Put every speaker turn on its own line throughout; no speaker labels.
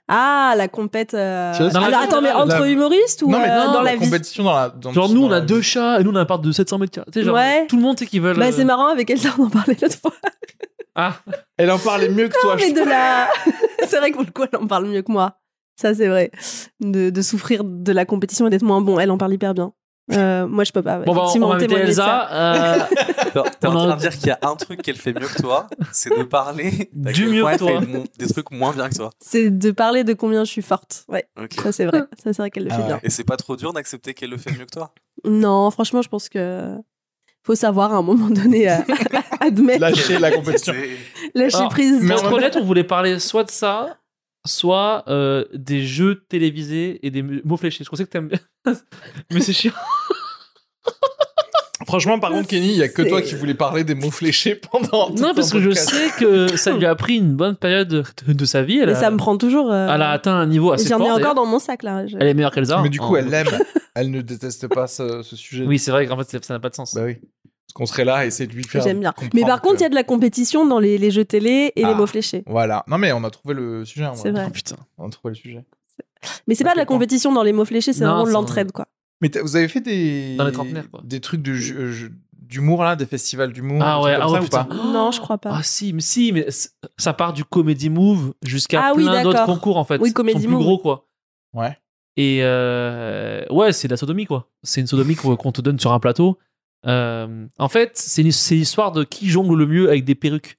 ah, la compète. euh,
Tu vois,
dans la-
Alors attends, mais
la-
entre
la-
humoristes ou
Non, mais
euh,
non,
dans la vie
compétition dans la. dans-
Genre, nous,
dans
on a
la-
deux chats et nous, on a un appart de 700 mètres carrés. Tu sais, genre,
Ouais.
tout le monde, tu sais, qu'ils veulent.
Bah
euh,
c'est marrant avec Elsa, on en parlait l'autre fois.
Ah,
Elle en parlait mieux que toi.
mais
je-
de la. c'est vrai que pour le coup, elle en parle mieux que moi. Ça, c'est vrai. De, de souffrir de la compétition et d'être moins bon. Elle en parle hyper bien. Euh, moi, je peux pas.
bon, bah, on
Effectivement,
va inviter
témoigner de ça.
Elsa. euh,
T'es- T'es en
On
train
aurait-
de dire qu'il y a un truc qu'elle fait mieux que toi, c'est de parler d'à
Du
quel
mieux
point
que
elle fait
toi.
mon- des trucs moins bien que toi.
C'est de parler de combien je suis forte. Ouais,
Ok.
ça, c'est vrai. Ça, c'est vrai qu'elle le
Ah
fait
ouais.
bien.
Et c'est pas trop dur d'accepter qu'elle le fait mieux que toi.
Non, franchement, je pense que. Faut savoir à un moment donné à- à admettre,
Lâcher la compétition.
C'est-
lâcher
Alors,
prise.
mais
Oh, Mais
en
entre
même
honnête, on voulait parler soit de ça, soit euh, des jeux télévisés et des mu- mots fléchés. Je pensais que t'aimes bien. Mais c'est chiant.
Franchement, par contre, Kenny, il y a que
C'est-
toi qui voulais parler des mots fléchés pendant. tout
Non,
un
parce que je
podcast.
sais que ça lui a pris une bonne période de, de sa vie. Elle
Mais
a,
ça me prend toujours. euh,
elle a atteint un niveau assez
J'en
fort.
ai encore
d'ailleurs.
dans mon sac là. Je-
Elle est meilleure qu'Elsa.
Mais du coup,
en-
elle l'aime. Elle ne déteste pas ce, ce sujet.
Oui, c'est vrai qu'en fait, ça- ça n'a pas de sens.
Bah oui. Parce qu'on serait là et essayer de lui faire.
J'aime bien. Mais par contre, il y a de la compétition dans les, les jeux télé et
Ah.
les mots fléchés.
Voilà. Non, mais on a trouvé le sujet. hein,
C'est
voilà.
vrai.
Oh, putain.
On a trouvé le sujet.
Mais c'est
À
pas de la
quel point.
compétition dans les mots fléchés, c'est
Non,
vraiment de
c'est-
l'entraide quoi.
Mais t'as- vous avez fait des
Dans les trentenaires, quoi.
des trucs de ju- euh, ju- d'humour là, des festivals d'humour,
Ah
des
ouais,
trucs
ah
comme
ouais,
ça,
putain.
ou pas
Non, je crois pas.
Ah si, mais si, mais c- ça part du comedy move jusqu'à
Ah oui,
plein d'autres
d'accord.
concours en fait.
Oui, Comedy
Ils sont
Move.
plus gros quoi.
Ouais.
Et euh, ouais, c'est de la sodomie, quoi. C'est une sodomie qu'on qu'on te donne sur un plateau. Euh, en fait, c'est une- c'est l'histoire de qui jongle le mieux avec des perruques.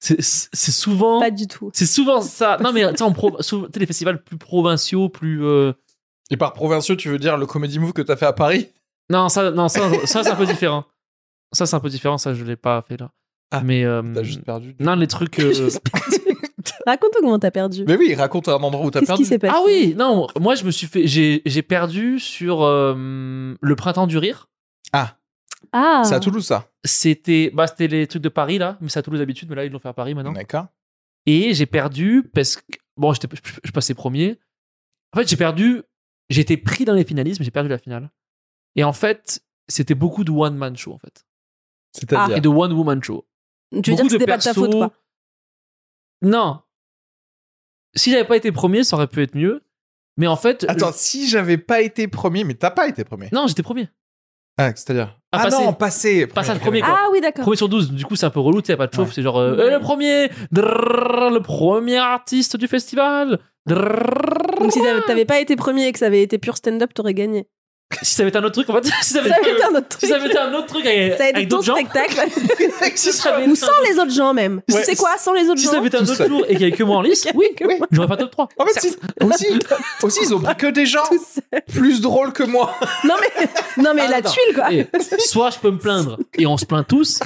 C'est c'est souvent.
Pas du tout.
C'est souvent ça. Non, mais tu sais, en pro- sou- tu sais, les festivals plus provinciaux, plus. euh,
Et par provinciaux, tu veux dire le comedy move que t'as fait à Paris
Non, ça, non, ça, ça c'est un peu différent. Ça, c'est un peu différent. Ça, je l'ai pas fait là.
Ah,
mais. euh,
T'as juste perdu.
Non, les trucs. euh,
Raconte-nous comment t'as perdu.
Mais oui, raconte un endroit où t'as
Qu'est-ce
perdu.
qui s'est passé
Ah oui, non, moi, je me suis fait. J'ai j'ai perdu sur euh, le printemps du rire.
Ah,
Ah
c'est à Toulouse ça.
C'était bah, c'était les trucs de Paris là, mais c'est à Toulouse d'habitude, mais là, ils l'ont fait à Paris maintenant.
D'accord.
Et j'ai perdu parce que. Bon, j'étais- je, je passais premier. En fait, j'ai perdu. J'étais pris dans les finalistes, mais j'ai perdu la finale. Et en fait, c'était beaucoup de one-man show, en fait.
C'est-à-dire.
Et de one-woman show.
Tu veux dire
Beaucoup
que c'était pas de ta
persos.
faute, quoi
Non. Si j'avais pas été premier, ça aurait pu être mieux. Mais en fait.
Attends,
le-
si j'avais pas été premier, mais t'as pas été premier.
Non, j'étais premier.
Ah, c'est-à-dire.
Ah,
Ah,
passé.
non, passé.
Passage premier, quoi.
Ah oui, d'accord.
Premier sur 12, du coup, c'est un peu relou, tu sais, pas de chauffe.
Ouais.
C'est genre. euh, Eh, le premier Drrrr, Le premier artiste du festival Drrrr.
Donc si t'avais- t'avais pas été premier et que ça avait été pur stand-up, t'aurais gagné.
Si ça avait été un autre truc, en fait. Si
Ça
ça avait,
avait été un autre
si
truc.
ça avait été un autre truc avec,
Ça a été
avec
ton
d'autres gens.
spectacle.
Si ça avait
Ou
été un-
sans les autres gens, même.
Ouais.
C'est quoi, sans les autres
si ça
gens
avait été un
Tout
autre
seul.
tour et qu'il y avait que moi en liste, oui,
Oui.
j'aurais pas top 3.
En fait, si- aussi, aussi, ils ont pris que des gens
Ah, Tout seul.
plus drôles que moi.
Non mais, non mais
Ah,
la
attends.
tuile quoi.
Et soit je peux me plaindre et on se plaint tous.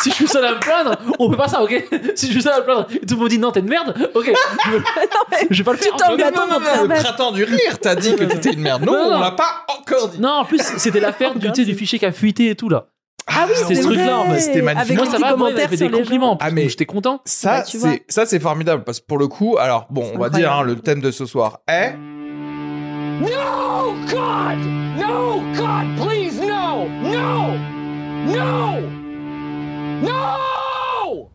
Si je suis seul à me plaindre, on peut pas ça, ok Si je suis seul à me plaindre et tout le monde dit non, t'es une merde, ok. Je, veux- je vais pas le faire.
Putain, Ah,
en
mais
fait.
attends,
non, non,
mon
le
pervers.
printemps du rire, t'as dit que t'étais une merde. Non,
Non, non.
on l'a pas encore dit.
Non, en plus, c'était l'affaire du, tu sais, du fichier qui a fuité et tout là.
Ah oui,
c'est ce
vrai.
truc-là, en fait,
c'était magnifique.
Avec
moi,
les
ça
petits
va, moi, il
commentaires
avait
sur
des
les gens.
compliments.
Ah, mais-
J'étais content.
Ça,
Bah, tu vois.
c'est ça, c'est formidable parce que pour le coup, alors bon,
C'est
on va
incroyable.
dire hein, le thème de ce soir est
No, God! No, God, please, no! No! No! No!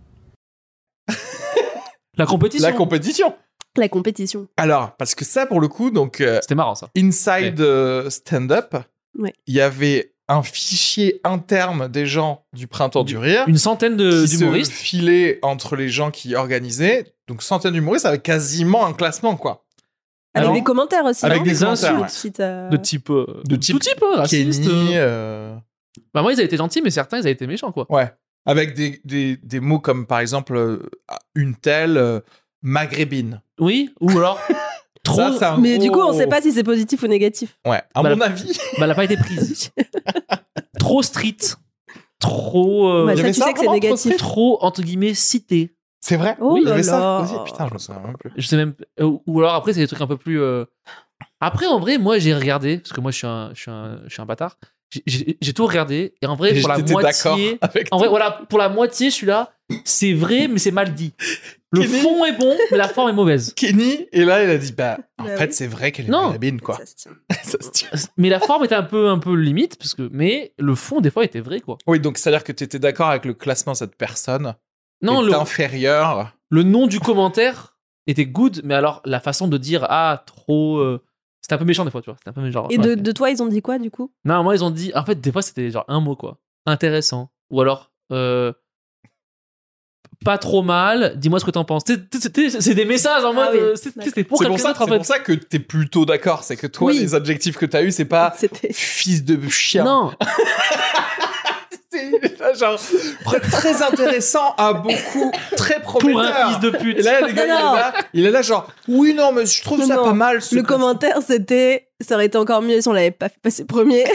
La compétition.
la compétition.
La compétition.
Alors parce que ça, pour le coup, donc euh,
C'était marrant ça.
Inside euh, Stand Up,
Ouais.
il y avait un fichier interne des gens du printemps du rire
Une centaine de-
qui se
d'humoristes.
filait entre les gens qui organisaient. Donc centaines d'humoristes avec quasiment un classement quoi.
Avec
Alors,
des commentaires aussi.
avec
non
des insultes.
ouais.
Si t'as-
De type. euh,
De type
Tout type, hein, raciste.
Kenny,
euh.
euh,
Bah, moi, ils avaient été gentils, mais certains, ils avaient été méchants, quoi.
ouais, avec des, des, des mots comme par exemple euh, une telle euh, maghrébine.
Oui, ou alors. Trop.
Ça, c'est un
Mais du coup,
gros-
on sait pas si c'est positif ou négatif.
Ouais, à
Bah,
mon
la-
avis.
Bah, elle a pas été prise. trop street. Trop. euh,
Bah,
il y
ça,
avait
tu
ça
sais que c'est
vraiment,
négatif.
trop, entre guillemets, cité.
C'est vrai
Oh
Oui, il y
là
avait ça
là.
aussi. Putain, je me souviens même plus.
Je sais même. euh, Ou alors après, c'est des trucs un peu plus. euh, Après, en vrai, moi, j'ai regardé, parce que moi, je suis un, je suis un, je suis un bâtard. J'ai- J'ai j'ai tout regardé, et en vrai,
Et
pour la
j'étais d'accord
moitié.
avec
En vrai, voilà, pour la moitié, je suis là. C'est vrai, mais c'est mal dit. Le
Kenny.
fond est bon, mais la forme est mauvaise.
Kenny. Et là, il a dit Bah, en
Bah
fait,
oui.
c'est vrai qu'elle est
Non.
maghrébine, quoi.
Ça se tient.
Ça se tient.
Mais la forme était un peu, un peu limite, parce que. Mais le fond, des fois, était vrai, quoi.
oui, donc c'est à dire que tu étais d'accord avec le classement de cette personne.
Non,
est
le,
inférieur.
le nom du commentaire était good, mais alors la façon de dire ah trop, euh, c'était un peu méchant des fois, tu vois. C'était un peu méchant.
Et
Ouais.
de, de toi, ils ont dit quoi du coup
Non, moi ils ont dit en fait des fois c'était genre un mot quoi, intéressant, ou alors euh, pas trop mal. Dis-moi ce que t'en penses. T'es- t'es- t'es- C'est des messages en
Ah
mode
oui,
euh, c'est-
d'accord.
c'était pour
c'est
quelqu'un
pour, ça-
d'autre en
c'est
fait.
pour ça que t'es plutôt d'accord. C'est que toi,
Oui.
les adjectifs que t'as eu, c'est pas
C'était.
fils de chien.
Non,
C'est genre très intéressant à beaucoup, très
pour un fils
prometteur.
de
Oh, Et
pute.
là, le gars, il est
Non.
là, il est là, genre, oui, non, mais je trouve
Non,
ça
non.
pas mal. ce
Le
concept.
commentaire, c'était. Ça aurait été encore mieux si on l'avait pas fait passer premier.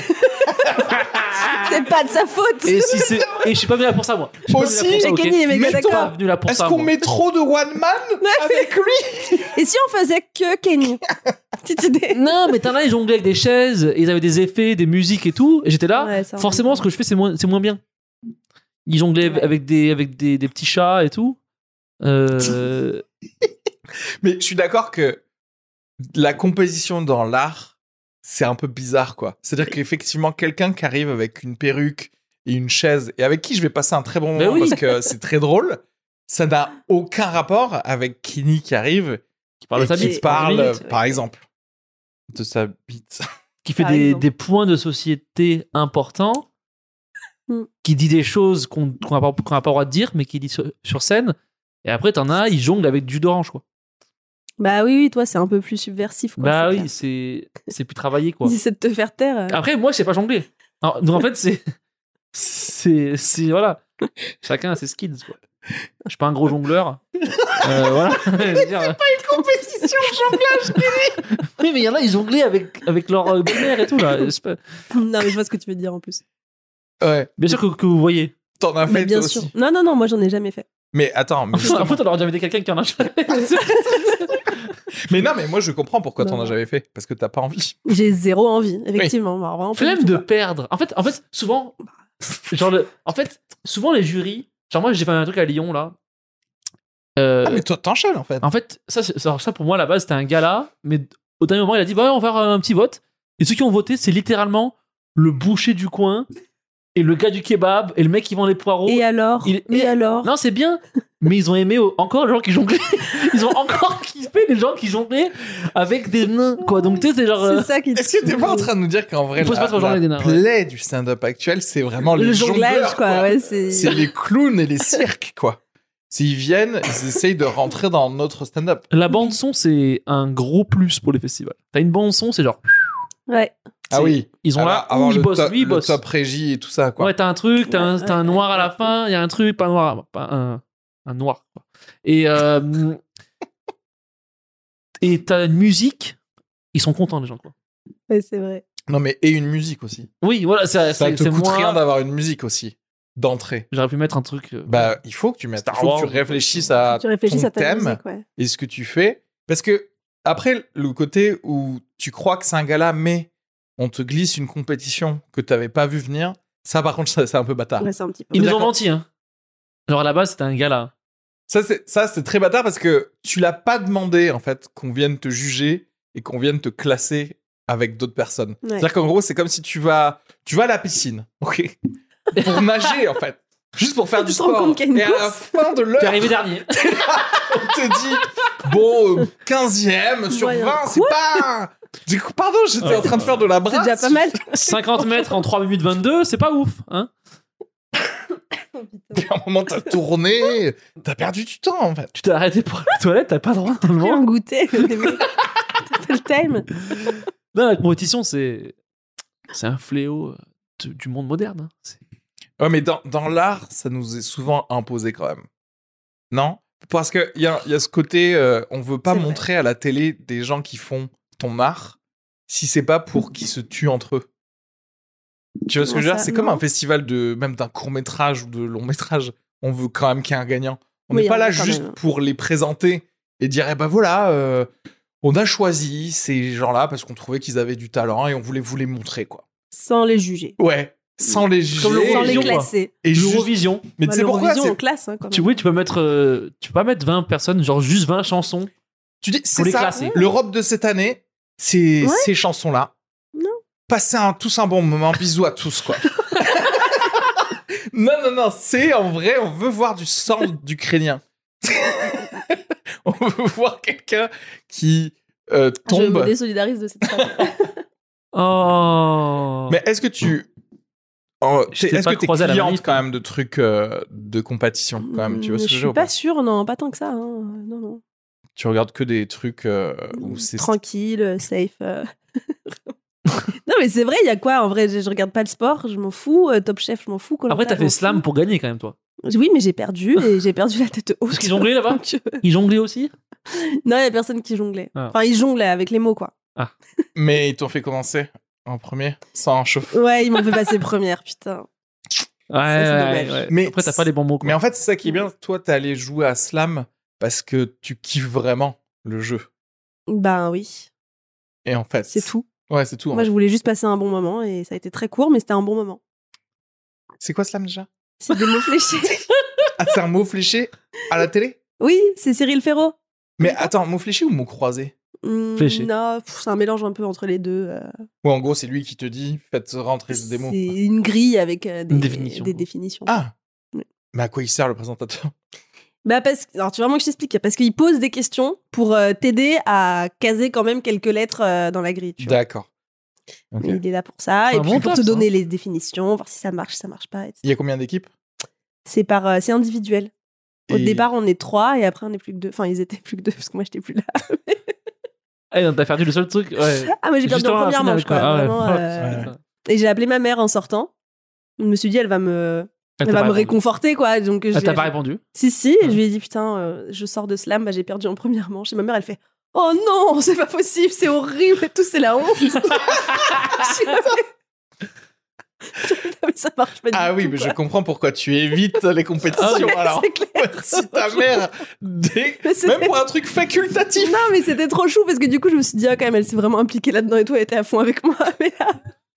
c'est pas de sa faute.
Et si c'est et je suis pas venu là pour ça moi. Je suis pas venu là
Aussi,
pour ça,
Et
ok
Kenny est méga
Mais
Je suis pas
d'accord.
venu là pour
Est-ce
ça.
qu'on
moi.
met trop de one man avec lui
Et si on faisait que Kenny Petite idée.
Non, mais t'as là, ils jonglaient avec des chaises, et ils avaient des effets, des musiques et tout. Et j'étais
Ah,
là,
Ouais, ça, on
forcément,
dit.
ce que je fais, c'est moins, c'est moins bien. Ils jonglaient
Ouais.
avec, des, avec des, des petits chats et tout. Euh,
Mais je suis d'accord que la composition dans l'art, c'est un peu bizarre, quoi. C'est-à-dire qu'effectivement, quelqu'un qui arrive avec une perruque et une chaise et avec qui je vais passer un très bon
Ben
moment
oui.
parce que c'est très drôle, ça n'a aucun rapport avec Kenny qui arrive
qui parle de
et
sa
qui
bite,
bite,
parle,
par minute.
par exemple, de sa bite.
qui fait
Par
des,
exemple.
des points de société importants,
Hmm.
qui dit des choses qu'on qu'on n'a pas, qu'on n'a pas le droit de dire, mais qui dit sur, sur scène. Et après, t'en as, ils jonglent avec du d'orange, quoi.
Bah oui, oui, toi, c'est un peu plus subversif. Quoi,
bah
c'est
oui, c'est c'est plus travaillé quoi.
clair. Ils essaient de te faire taire.
Ah.
euh.
Après, moi, je sais pas jongler. Alors, donc en fait, c'est c'est c'est voilà. Chacun a ses skills. Quoi. Je suis pas un gros jongleur. Euh, voilà. C'est pas une
compétition
de jonglage, Oui, mais il y en a, ils jonglaient avec avec leur euh, belle-mère et tout là. C'est pas-
non, mais je vois ce que tu veux dire en plus.
Ouais,
Bien sûr que, que vous voyez.
t'en as
Mais
fait
bien
Ah, toi
sûr.
aussi.
Non, non, non, moi, j'en ai jamais fait.
Mais attends, mais,
En plus, en fait, on aurait dû inviter quelqu'un qui en a jamais.
mais non, mais moi je comprends pourquoi
Non.
t'en as jamais fait. Parce que t'as pas envie.
J'ai zéro envie, effectivement. Bah, vraiment pas du
Flemme
tout,
de
quoi.
perdre. En fait, en fait, souvent, genre, le- en fait, souvent les jurys. Genre moi, j'ai fait un truc à Lyon là. Euh,
Ah, mais toi t'enchaînes en fait.
En fait, ça, c'est- ça, ça, pour moi, à la base, c'était un gala, mais au dernier moment, il a dit bah, on va faire un petit vote. Et ceux qui ont voté, c'est littéralement le boucher du coin et le gars du kebab et le mec qui vend les poireaux.
Et alors
Oh, Il- mais-
Et alors
Non, c'est bien, mais ils ont aimé au- encore les gens qui jonglaient. Ils ont encore kiffé les gens qui jonglaient avec des nains, quoi. Donc, tu sais, c'est genre. euh,
C'est ça qui te
Est-ce que t'es pas en train de nous dire qu'en vrai,
Il faut se
la,
battre aux gens,
la
Léna, ouais.
plaie du stand-up actuel, c'est vraiment les
Le jonglage,
jongleurs,
quoi. Ouais, c'est...
C'est les clowns et les cirques, quoi. S'ils viennent, ils essayent de rentrer dans notre stand-up.
La bande-son, c'est un gros plus pour les festivals. T'as une bande-son, c'est genre.
Ouais.
Ah
C'est-
oui.
Ils ont
Alors,
là,
avoir
lui, il
le
bosse,
top-
lui, il
le
bosse.
top régie et tout ça, quoi.
Ouais, t'as un truc, t'as un,
Ouais,
t'as un
ouais,
noir à
ouais.
la fin, il y a un truc, pas noir, pas un, un noir. quoi. Et euh, et t'as une musique, ils sont contents les gens quoi.
Ouais, c'est vrai.
Non, mais et une musique aussi.
Oui, voilà, c'est
Ça
c'est
te
c'est
coûte
moins-
rien d'avoir une musique aussi, d'entrée.
J'aurais pu mettre un truc. euh,
Bah, il faut que tu mettes,
Star
il faut
Wars.
que tu réfléchisses à
tu réfléchis
Ah, ton
à ta
thème
musique, ouais.
et ce que tu fais. Parce que, après, le côté où tu crois que c'est un gala, mais on te glisse une compétition que t'avais pas vu venir, ça, par contre, ça, c'est un peu bâtard.
Ouais, c'est un petit peu...
Ils nous ont
Ah. d'accord.
menti hein. Genre à la base c'était un gars là.
Ça, c'est, ça, c'est très bâtard parce que tu l'as pas demandé, en fait, qu'on vienne te juger et qu'on vienne te classer avec d'autres personnes.
Ouais.
C'est-à-dire qu'en gros, c'est comme si tu vas, tu vas à la piscine, ok Pour nager, en fait. Juste pour faire du
Tu te rends
sport.
compte qu'il y a une
et à la
course.
fin de
T'es
l'heure,
arrivé dernier.
on te dit, bon, euh, 15e sur
Voyons.
20, c'est pas... Du coup, pardon, j'étais
Ouais,
en train de
c'est-
faire de la brasse.
C'est déjà pas mal.
50 mètres en 3 minutes 22, c'est pas ouf hein.
Puis à un moment, t'as tourné, t'as perdu du temps, en fait.
Tu t'es arrêté pour la toilette, t'as pas le droit.
Pris un goûter. au début. T'as fait le time.
Non, la compétition c'est c'est un fléau euh, de- du monde moderne. hein. C'est-
Ouais, mais dans, dans l'art, ça nous est souvent imposé quand même. Non Parce qu'il y a, y a ce côté, euh, on veut pas
C'est vrai.
montrer à la télé des gens qui font ton art si c'est pas pour qu'ils se tuent entre eux. Tu vois ce que
Non,
je veux dire
Mmh. ça,
C'est comme
non.
un festival de même d'un court métrage ou de long métrage. On veut quand même qu'il y ait un gagnant. On
Oui,
n'est
il y
pas
en
là
a quand
juste
même.
pour les présenter et dire eh ben voilà, euh, on a choisi ces gens-là parce qu'on trouvait qu'ils avaient du talent et on voulait vous les montrer quoi.
Sans les juger.
Ouais, sans les juger
Comme
Sans les
l'Eurovision, quoi.
classer.
et juste-
L'Eurovision.
Mais
Bah,
tu sais pourquoi
L'Eurovision,
c'est-
on classe, hein, quand
Tu,
même.
oui, tu peux mettre, euh, tu peux pas mettre 20 personnes, genre juste 20 chansons.
Tu dis, c'est
les
ça,
classer.
l'Europe de cette année, c'est
Ouais.
ces chansons-là.
Non.
Passez un- tous un bon moment, bisous à tous, quoi. non, non, non, c'est en vrai, on veut voir du sang d'Ukrainien. on veut voir quelqu'un qui euh,
Je me
tombe.
désolidarise de cette phrase.
Oh.
Mais est-ce que tu... Oh,
Je t'ai
t'es- est-ce
pas
que t'es
croisé à la
cliente
manif.
quand même de trucs euh, de compétition quand même tu vois ce
Mm, je
que veux
suis
ou pas
pas sûre, non, pas tant que ça. hein. Non, non.
tu regardes que des trucs euh, où c'est
Mmh, Tranquille, euh, safe. euh. non, mais c'est vrai, il y a quoi En vrai, je, je regarde pas le sport, je m'en fous. euh, Top Chef, je m'en fous. Koh-Lanta,
Après, t'as
je m'en
fait slam
fous.
pour gagner quand même, toi.
Oui, mais j'ai perdu et j'ai perdu la tête haute.
Parce qu'ils jonglaient là-bas
Donc, euh,
Ils jonglaient aussi
Non, il y a personne qui jonglait.
Ah.
Enfin, ils jonglaient avec les mots, quoi.
mais ils t'ont fait commencer en premier sans chauffer
Ouais, ils m'ont fait passer première, putain. c'est
Ouais,
dommage.
Mais-
Mais Après, t'as pas les bons mots. Quoi.
Mais en fait, c'est ça qui est bien. Toi, t'es allé jouer à Slam parce que tu kiffes vraiment le jeu.
Ben oui,
Et en fait,
c'est tout.
Ouais, c'est tout. hein. en
Moi,
fait.
je voulais juste passer un bon moment et ça a été très court, mais c'était un bon moment.
C'est quoi Slam déjà
C'est des mots fléchés.
Ah, c'est un mot fléché à la télé
Oui, c'est Cyril Ferraud.
Mais attends, mot fléché ou mot croisé
Hmm,
Fléché.
Non, pff, c'est un mélange un peu entre les deux. euh.
Ou en gros, c'est lui qui te dit faites rentrer ce
C'est
démo.
une grille avec euh, des,
Une définition,
des
quoi.
définitions.
Ah
Ouais.
Mais à quoi il sert le présentateur
Bah parce que, alors tu veux vraiment que je t'explique, parce qu'il pose des questions pour euh, t'aider à caser quand même quelques lettres euh, dans la grille. Tu vois.
D'accord. Ok.
Il est là pour ça,
C'est
et
un
puis
bon
pour
taf,
te
ça. hein.
donner les définitions, voir si ça marche, si ça marche pas. etc.
Il y a combien d'équipes
C'est par, euh, c'est individuel. Au
Et-
départ, on est trois et après, on est plus que deux. Enfin, ils étaient plus que deux parce que moi, j'étais plus là.
Ah, non, t'as perdu le seul truc. Ouais.
Ah, mais j'ai perdu
Juste
en
avant la
première
finale,
manche, quoi.
Ah ouais,
Vraiment,
fuck.
euh,
Ouais.
Et j'ai appelé ma mère en sortant. Je me suis dit, elle va me, elle
Elle t'a
va
pas
me
répondu.
réconforter, quoi. Donc, je
Elle t'a
l'ai-
pas répondu.
Si, si.
Ouais.
Je lui ai dit, putain, euh, je sors de slam, bah, j'ai perdu en première manche. Et ma mère, elle fait, oh non, c'est pas possible, c'est horrible et tout, c'est la honte. Je suis là, mais- mais ça marche pas du
Ah oui,
tout,
mais je
quoi.
comprends pourquoi tu évites les compétitions alors.
C'est clair.
Si ta mère, dès-
Mais c'était-
même pour un truc facultatif,
Non, mais c'était trop chou parce que du coup, je me suis dit, ah, quand même, elle s'est vraiment impliquée là-dedans et tout, elle était à fond avec moi. Mais là,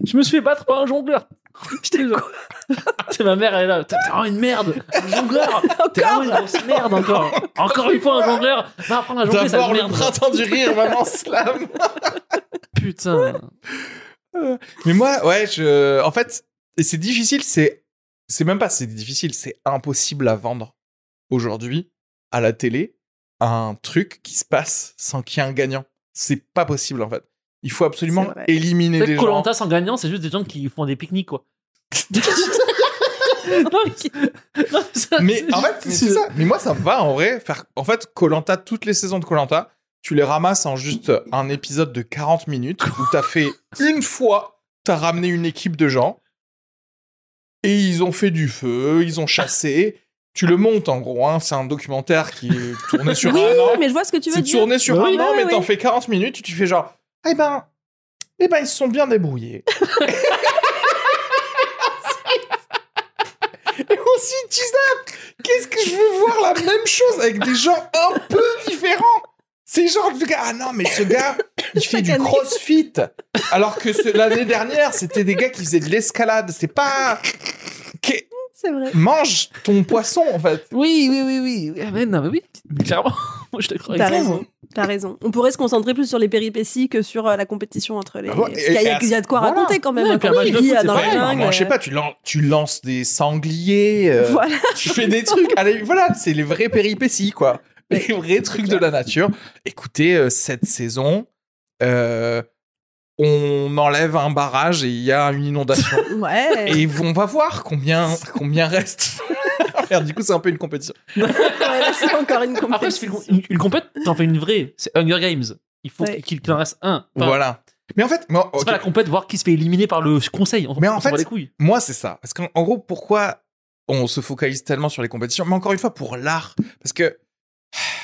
Je me suis fait battre par un jongleur.
j'étais quoi
C'est ma mère, elle est là. T'es vraiment une merde. Un jongleur. T'es vraiment une grosse merde encore. Encore une fois, un jongleur. Va apprendre à jongler, ça
d'abord le
merde.
printemps du rire, maman slam.
Putain.
Mais moi, ouais, je... en fait, et c'est difficile, c'est... C'est même pas c'est difficile, c'est impossible à vendre aujourd'hui à la télé un truc qui se passe sans qu'il y ait un gagnant. C'est pas possible en fait. Il faut absolument
C'est vrai.
éliminer
C'est
des
que
gens.
Colanta sans gagnant, c'est juste des gens qui font des pique-niques, quoi. non, mais- non, ça-
Mais
c'est
en fait,
juste-
c'est ça. Mais moi, ça me va en vrai. Faire... En fait, Colanta, toutes les saisons de Colanta, tu les ramasses en juste un épisode de 40 minutes où t'as fait une fois, t'as ramené une équipe de gens et ils ont fait du feu, ils ont chassé. Tu le montes en gros, hein. c'est un documentaire qui est tourné sur
Oui,
un an.
mais je vois ce que tu veux
C'est
dire.
tourné sur
Oui,
un an,
oui,
mais
oui.
t'en fais 40 minutes et tu fais genre, eh ben, eh ben, ils se sont bien débrouillés. et ensuite, tu sais, qu'est-ce que je veux voir la même chose avec des gens un peu différents C'est genre, le gars, ah non, mais ce gars, il fait
Chaque
du
année.
crossfit. Alors que ce- l'année dernière, c'était des gars qui faisaient de l'escalade. C'est pas. Qu'est-
C'est vrai.
Mange ton poisson, en fait.
Oui, oui, oui, oui. oui. Ah, mais non, mais oui. Mais clairement, moi je te crois.
T'as raison. T'as raison. On pourrait se concentrer plus sur les péripéties que sur euh, la compétition entre les.
Bah ouais,
Parce
et-
qu'il y,
et
a-
à
qu'il y a de quoi
voilà.
raconter quand même.
Ouais,
hein,
et puis
quand
un
tu
match de
vis,
foot,
euh,
c'est
dans
pareil,
la
Ouais,
dingue,
maman,
jungle.
je sais pas, tu, lan- tu lances des sangliers. euh,
Voilà.
tu fais des trucs. Allez, voilà, c'est les vraies péripéties, quoi. Les vrais trucs de la nature. Écoutez, euh, cette saison, euh, on enlève un barrage et il y a une inondation.
Ouais.
et on va voir combien, combien reste. Merde, du coup, c'est un peu une compétition.
Ouais, là, c'est encore une compétition.
Après, si tu fais une, une compète, t'en fais une vraie. C'est Hunger Games. Il faut
Ouais.
qu'il qu'il en reste un. Enfin,
Voilà. Mais en fait, moi,
C'est
ok,
pas la compète, voir qui se fait éliminer par le conseil. On,
Mais
mais
en
en
fait-
les couilles.
moi, c'est ça. Parce qu'en en gros, pourquoi on se focalise tellement sur les compétitions Mais encore une fois, pour l'art. Parce que.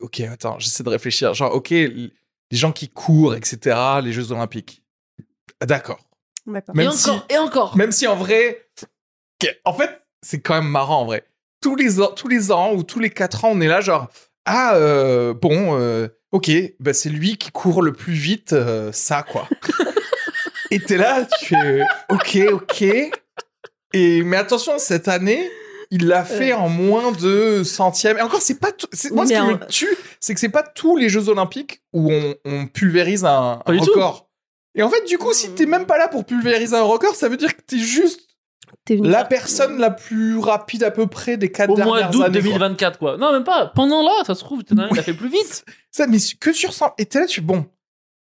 Ok, attends, j'essaie de réfléchir. Genre, ok, les gens qui courent, etc., les Jeux Olympiques. D'accord.
D'accord.
Même
et
si-
encore, et encore.
Même si en vrai, que- en fait, c'est quand même marrant en vrai. Tous les ans, tous les ans ou tous les quatre ans, on est là genre ah euh, bon, euh, ok, bah, c'est lui qui court le plus vite, euh, ça quoi. Et t'es là, tu fais ok, ok. Et mais attention, cette année. Il
Euh.
l'a fait en moins de centièmes. Et encore, c'est pas. tout- c'est- Moi, ce
Mais
qui
en-
me tue, c'est que c'est pas tous les Jeux Olympiques où on, on pulvérise un,
Pas
un
du tout.
record. Et en fait, du coup, si t'es même pas là pour pulvériser un record, ça veut dire que t'es juste
T'es une-
la personne la plus rapide à peu près des quatre
Au mois
dernières
d'août
années. quoi.
2024, quoi. Non, même pas. Pendant là, ça se trouve, t'en as un qui l'a fait plus vite.
Ça, mais que sur 100. Et t'es là, tu bon,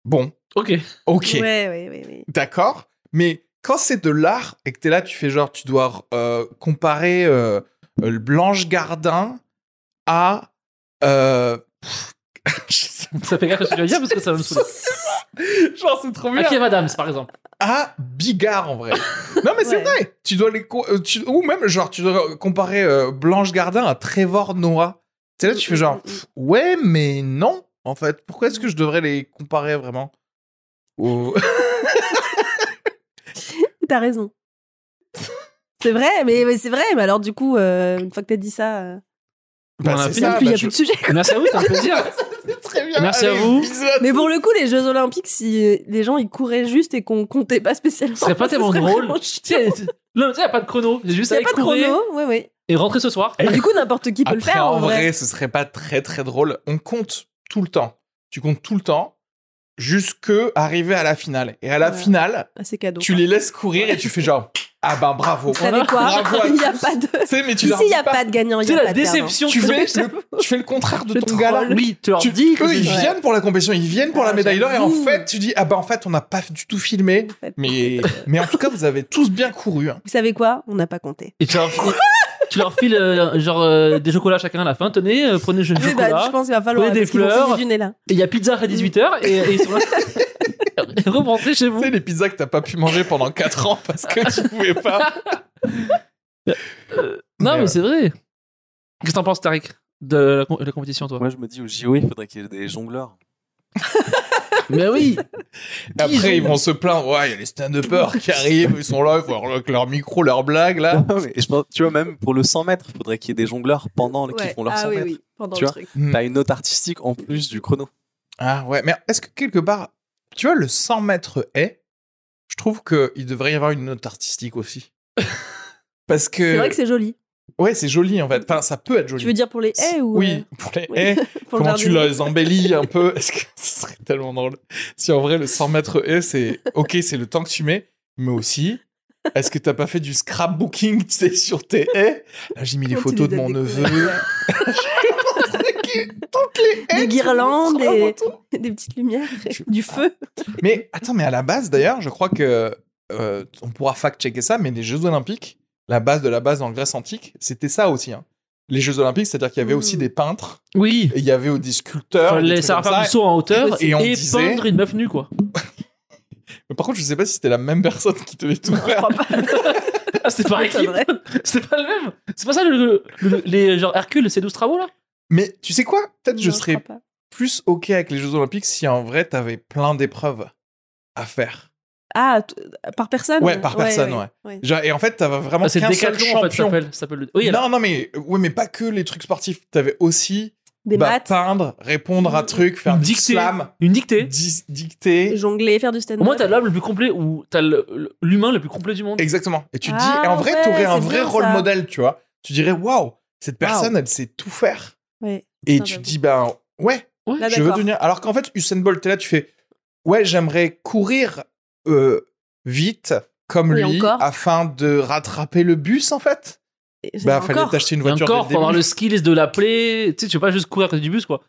bon,
Ok.
ok,
Ouais, ouais, ouais, ouais.
d'accord. Mais quand c'est de l'art et que t'es là, tu fais genre, tu dois euh, comparer euh, euh, Blanche Gardin à. euh, pff, je sais
Ça fait gaffe à ce que tu vas dire parce que ça va me saouler.
pas. genre, c'est trop bien.
Kev Adams, par exemple.
à Bigard en vrai. non mais c'est
Ouais.
vrai. Tu dois les co- euh, tu- ou même genre tu dois comparer euh, Blanche Gardin à Trevor Noah. C'est là tu fais
Mm,
genre ouais mais non en fait. Pourquoi est-ce que je devrais les comparer vraiment Ou-
T'as raison. C'est vrai, mais, mais c'est vrai. Mais alors, du coup, euh, une fois que t'as dit ça, euh,
Bah,
On a
c'est
fait
ça,
même plus, il
bah,
n'y a
je-
plus de sujet. quoi.
Merci à vous, c'est un plaisir.
Très bien.
Merci à
allez,
vous.
bisous à
Mais pour le coup, les Jeux Olympiques, si euh, les gens ils couraient juste et qu'on comptait pas spécialement,
Ce serait pas
ce
tellement drôle.
vraiment
Tu
chiant.
sais, Non, mais tu sais, y a pas de chrono. C'est juste
Il n'y
aller
a pas de
courir
chrono. Ouais, ouais.
et rentrer ce soir.
Bah, Du coup, n'importe qui peut le
Après,
faire
en
en
vrai,
vrai.
ce serait pas très très drôle. On compte tout le temps. Tu comptes tout le temps jusque arriver à la finale. Et à la
Ouais.
finale,
Ah, C'est cadeau.
tu les laisses courir et tu fais genre ah ben bravo.
Vous savez quoi
Bravo à
Il n'y a
tous.
pas de.
Tu sais, mais tu
Ici,
leur
il
dis
n'y a pas hein. de gagnant, il
C'est
n'y a pas
la
de perdant.
déception.
tu
que-
fais, le- tu fais le contraire de
Je
ton gars là.
Oui, tu leur
Tu,
dis que
eux, ils
Ouais.
viennent pour la compétition, ils viennent pour la
Ah,
médaille d'or, et en
j'avoue.
fait, tu dis, ah bah en fait, on n'a pas du tout filmé,
Vous faites-
mais, mais en tout cas, vous avez tous bien couru. hein.
Vous savez quoi On n'a pas compté.
Et tu leur, tu leur files euh, genre euh, des chocolats chacun à la fin. Tenez, euh, prenez le jeu de
Mais bah,
chocolat.
je pense qu'il va falloir.
prenez des
parce qu'ils vont
fleurs.
se déjeuner là.
Et il y a pizza à 18h et, et ils sont là. Et Rentrez chez vous.
Tu sais, les pizzas que t'as pas pu manger pendant 4 ans parce que tu pouvais pas.
Non,
Mais
mais
ouais.
c'est vrai. Qu'est-ce que t'en penses, Tariq, de la, com- de la compétition, toi
Moi, je me dis, au JO, il faudrait qu'il y ait des jongleurs.
Mais oui
Après, ils vont se plaindre. Ouais, il y a les stand-uppers qui arrivent, ils sont là, il faut avoir leur- leur micro, leur blague, là.
Non, Ah mais je pense- tu vois, même pour le 100 mètres, il faudrait qu'il y ait des jongleurs pendant le- qui
Ouais.
font leur
ah
100
oui,
mètres.
oui, pendant
Tu
le
vois.
truc.
Hmm.
T'as une note artistique en plus du chrono.
Ah ouais, mais est-ce que quelque part, tu vois, le 100 mètres est, je trouve qu'il devrait y avoir une note artistique aussi. Parce que.
C'est vrai que c'est joli.
Ouais, c'est joli en fait. Enfin, ça peut être joli.
Tu veux dire pour les haies ou
Oui, pour les
Eh oui.
haies.
euh, pour le
Comment tu
jardin
les embellis un peu Est-ce que ce serait tellement drôle Si en vrai, le 100 mètres haies, c'est ok, c'est le temps que tu mets, mais aussi. Est-ce que t'as pas fait du scrapbooking tu sais, sur tes haies Là, j'ai mis les
Comment tu
photos de
les as
mon
découvertes,
neveu.
Des guirlandes
tout,
et des petites lumières,
Je-
du feu.
Mais attends, mais à la base d'ailleurs, je crois que euh, on pourra fact-checker ça, mais les Jeux Olympiques, la base de la base en Grèce antique, c'était ça aussi. hein. Les Jeux Olympiques, c'est-à-dire qu'il y avait
Mm.
aussi des peintres,
Oui
et il y avait des sculpteurs. des
Fallait
trucs
savoir
comme
faire du
ça.
saut en hauteur et,
Et on disait-
peindre une meuf nue, quoi.
Mais par contre, je sais pas si c'était la même personne qui devait tout
Je
faire.
crois pas.
Ah, c'était
Ça
pas équipe
m'étonnerait.
C'était pas le même C'est pas ça, le, le- les genre Hercule, ces 12 travaux, là
Mais tu sais quoi Peut-être
Non,
je
crois
serais
pas.
plus OK avec les Jeux Olympiques si en vrai, t'avais plein d'épreuves à faire.
Ah, t- par personne
Ouais, Bah, par personne, Genre, et en fait, t'avais vraiment
Ah, C'est le
qu'un seul
décathlon, en fait, ça
champion.
s'appelle. ça s'appelle le- Oui, alors,
non, non, mais, ouais, mais pas que les trucs sportifs. T'avais aussi
Des
bah,
maths,
peindre, répondre à
Mm.
trucs, faire du
Dicter.
slam.
une dictée.
Dis- dicter.
jongler, faire du stand-up.
Au moins, t'as l'homme le plus complet ou t'as le- le- l'humain le plus complet du monde.
Exactement. Et tu te
Ah
dis, et en vrai,
ouais,
t'aurais un
c'est
vrai
bien,
rôle
ça.
modèle, tu vois. Tu dirais, waouh, cette personne, elle sait tout faire.
Ouais.
Et
Putain,
tu te
j'avoue.
dis, ben ouais,
Ouais,
Là,
je veux
Ah, d'accord.
devenir. Alors qu'en fait, Usain Bolt, t'es là, tu fais, ouais, j'aimerais courir euh, vite comme
Oui,
lui
encore.
afin de rattraper le bus, en fait.
Et j'ai
Bah,
encore.
fallait t'acheter une
Et
voiture.
encore,
dès
faut avoir
le
le
début.
skills de l'appeler. Tu sais, tu veux pas juste courir à côté du bus, quoi.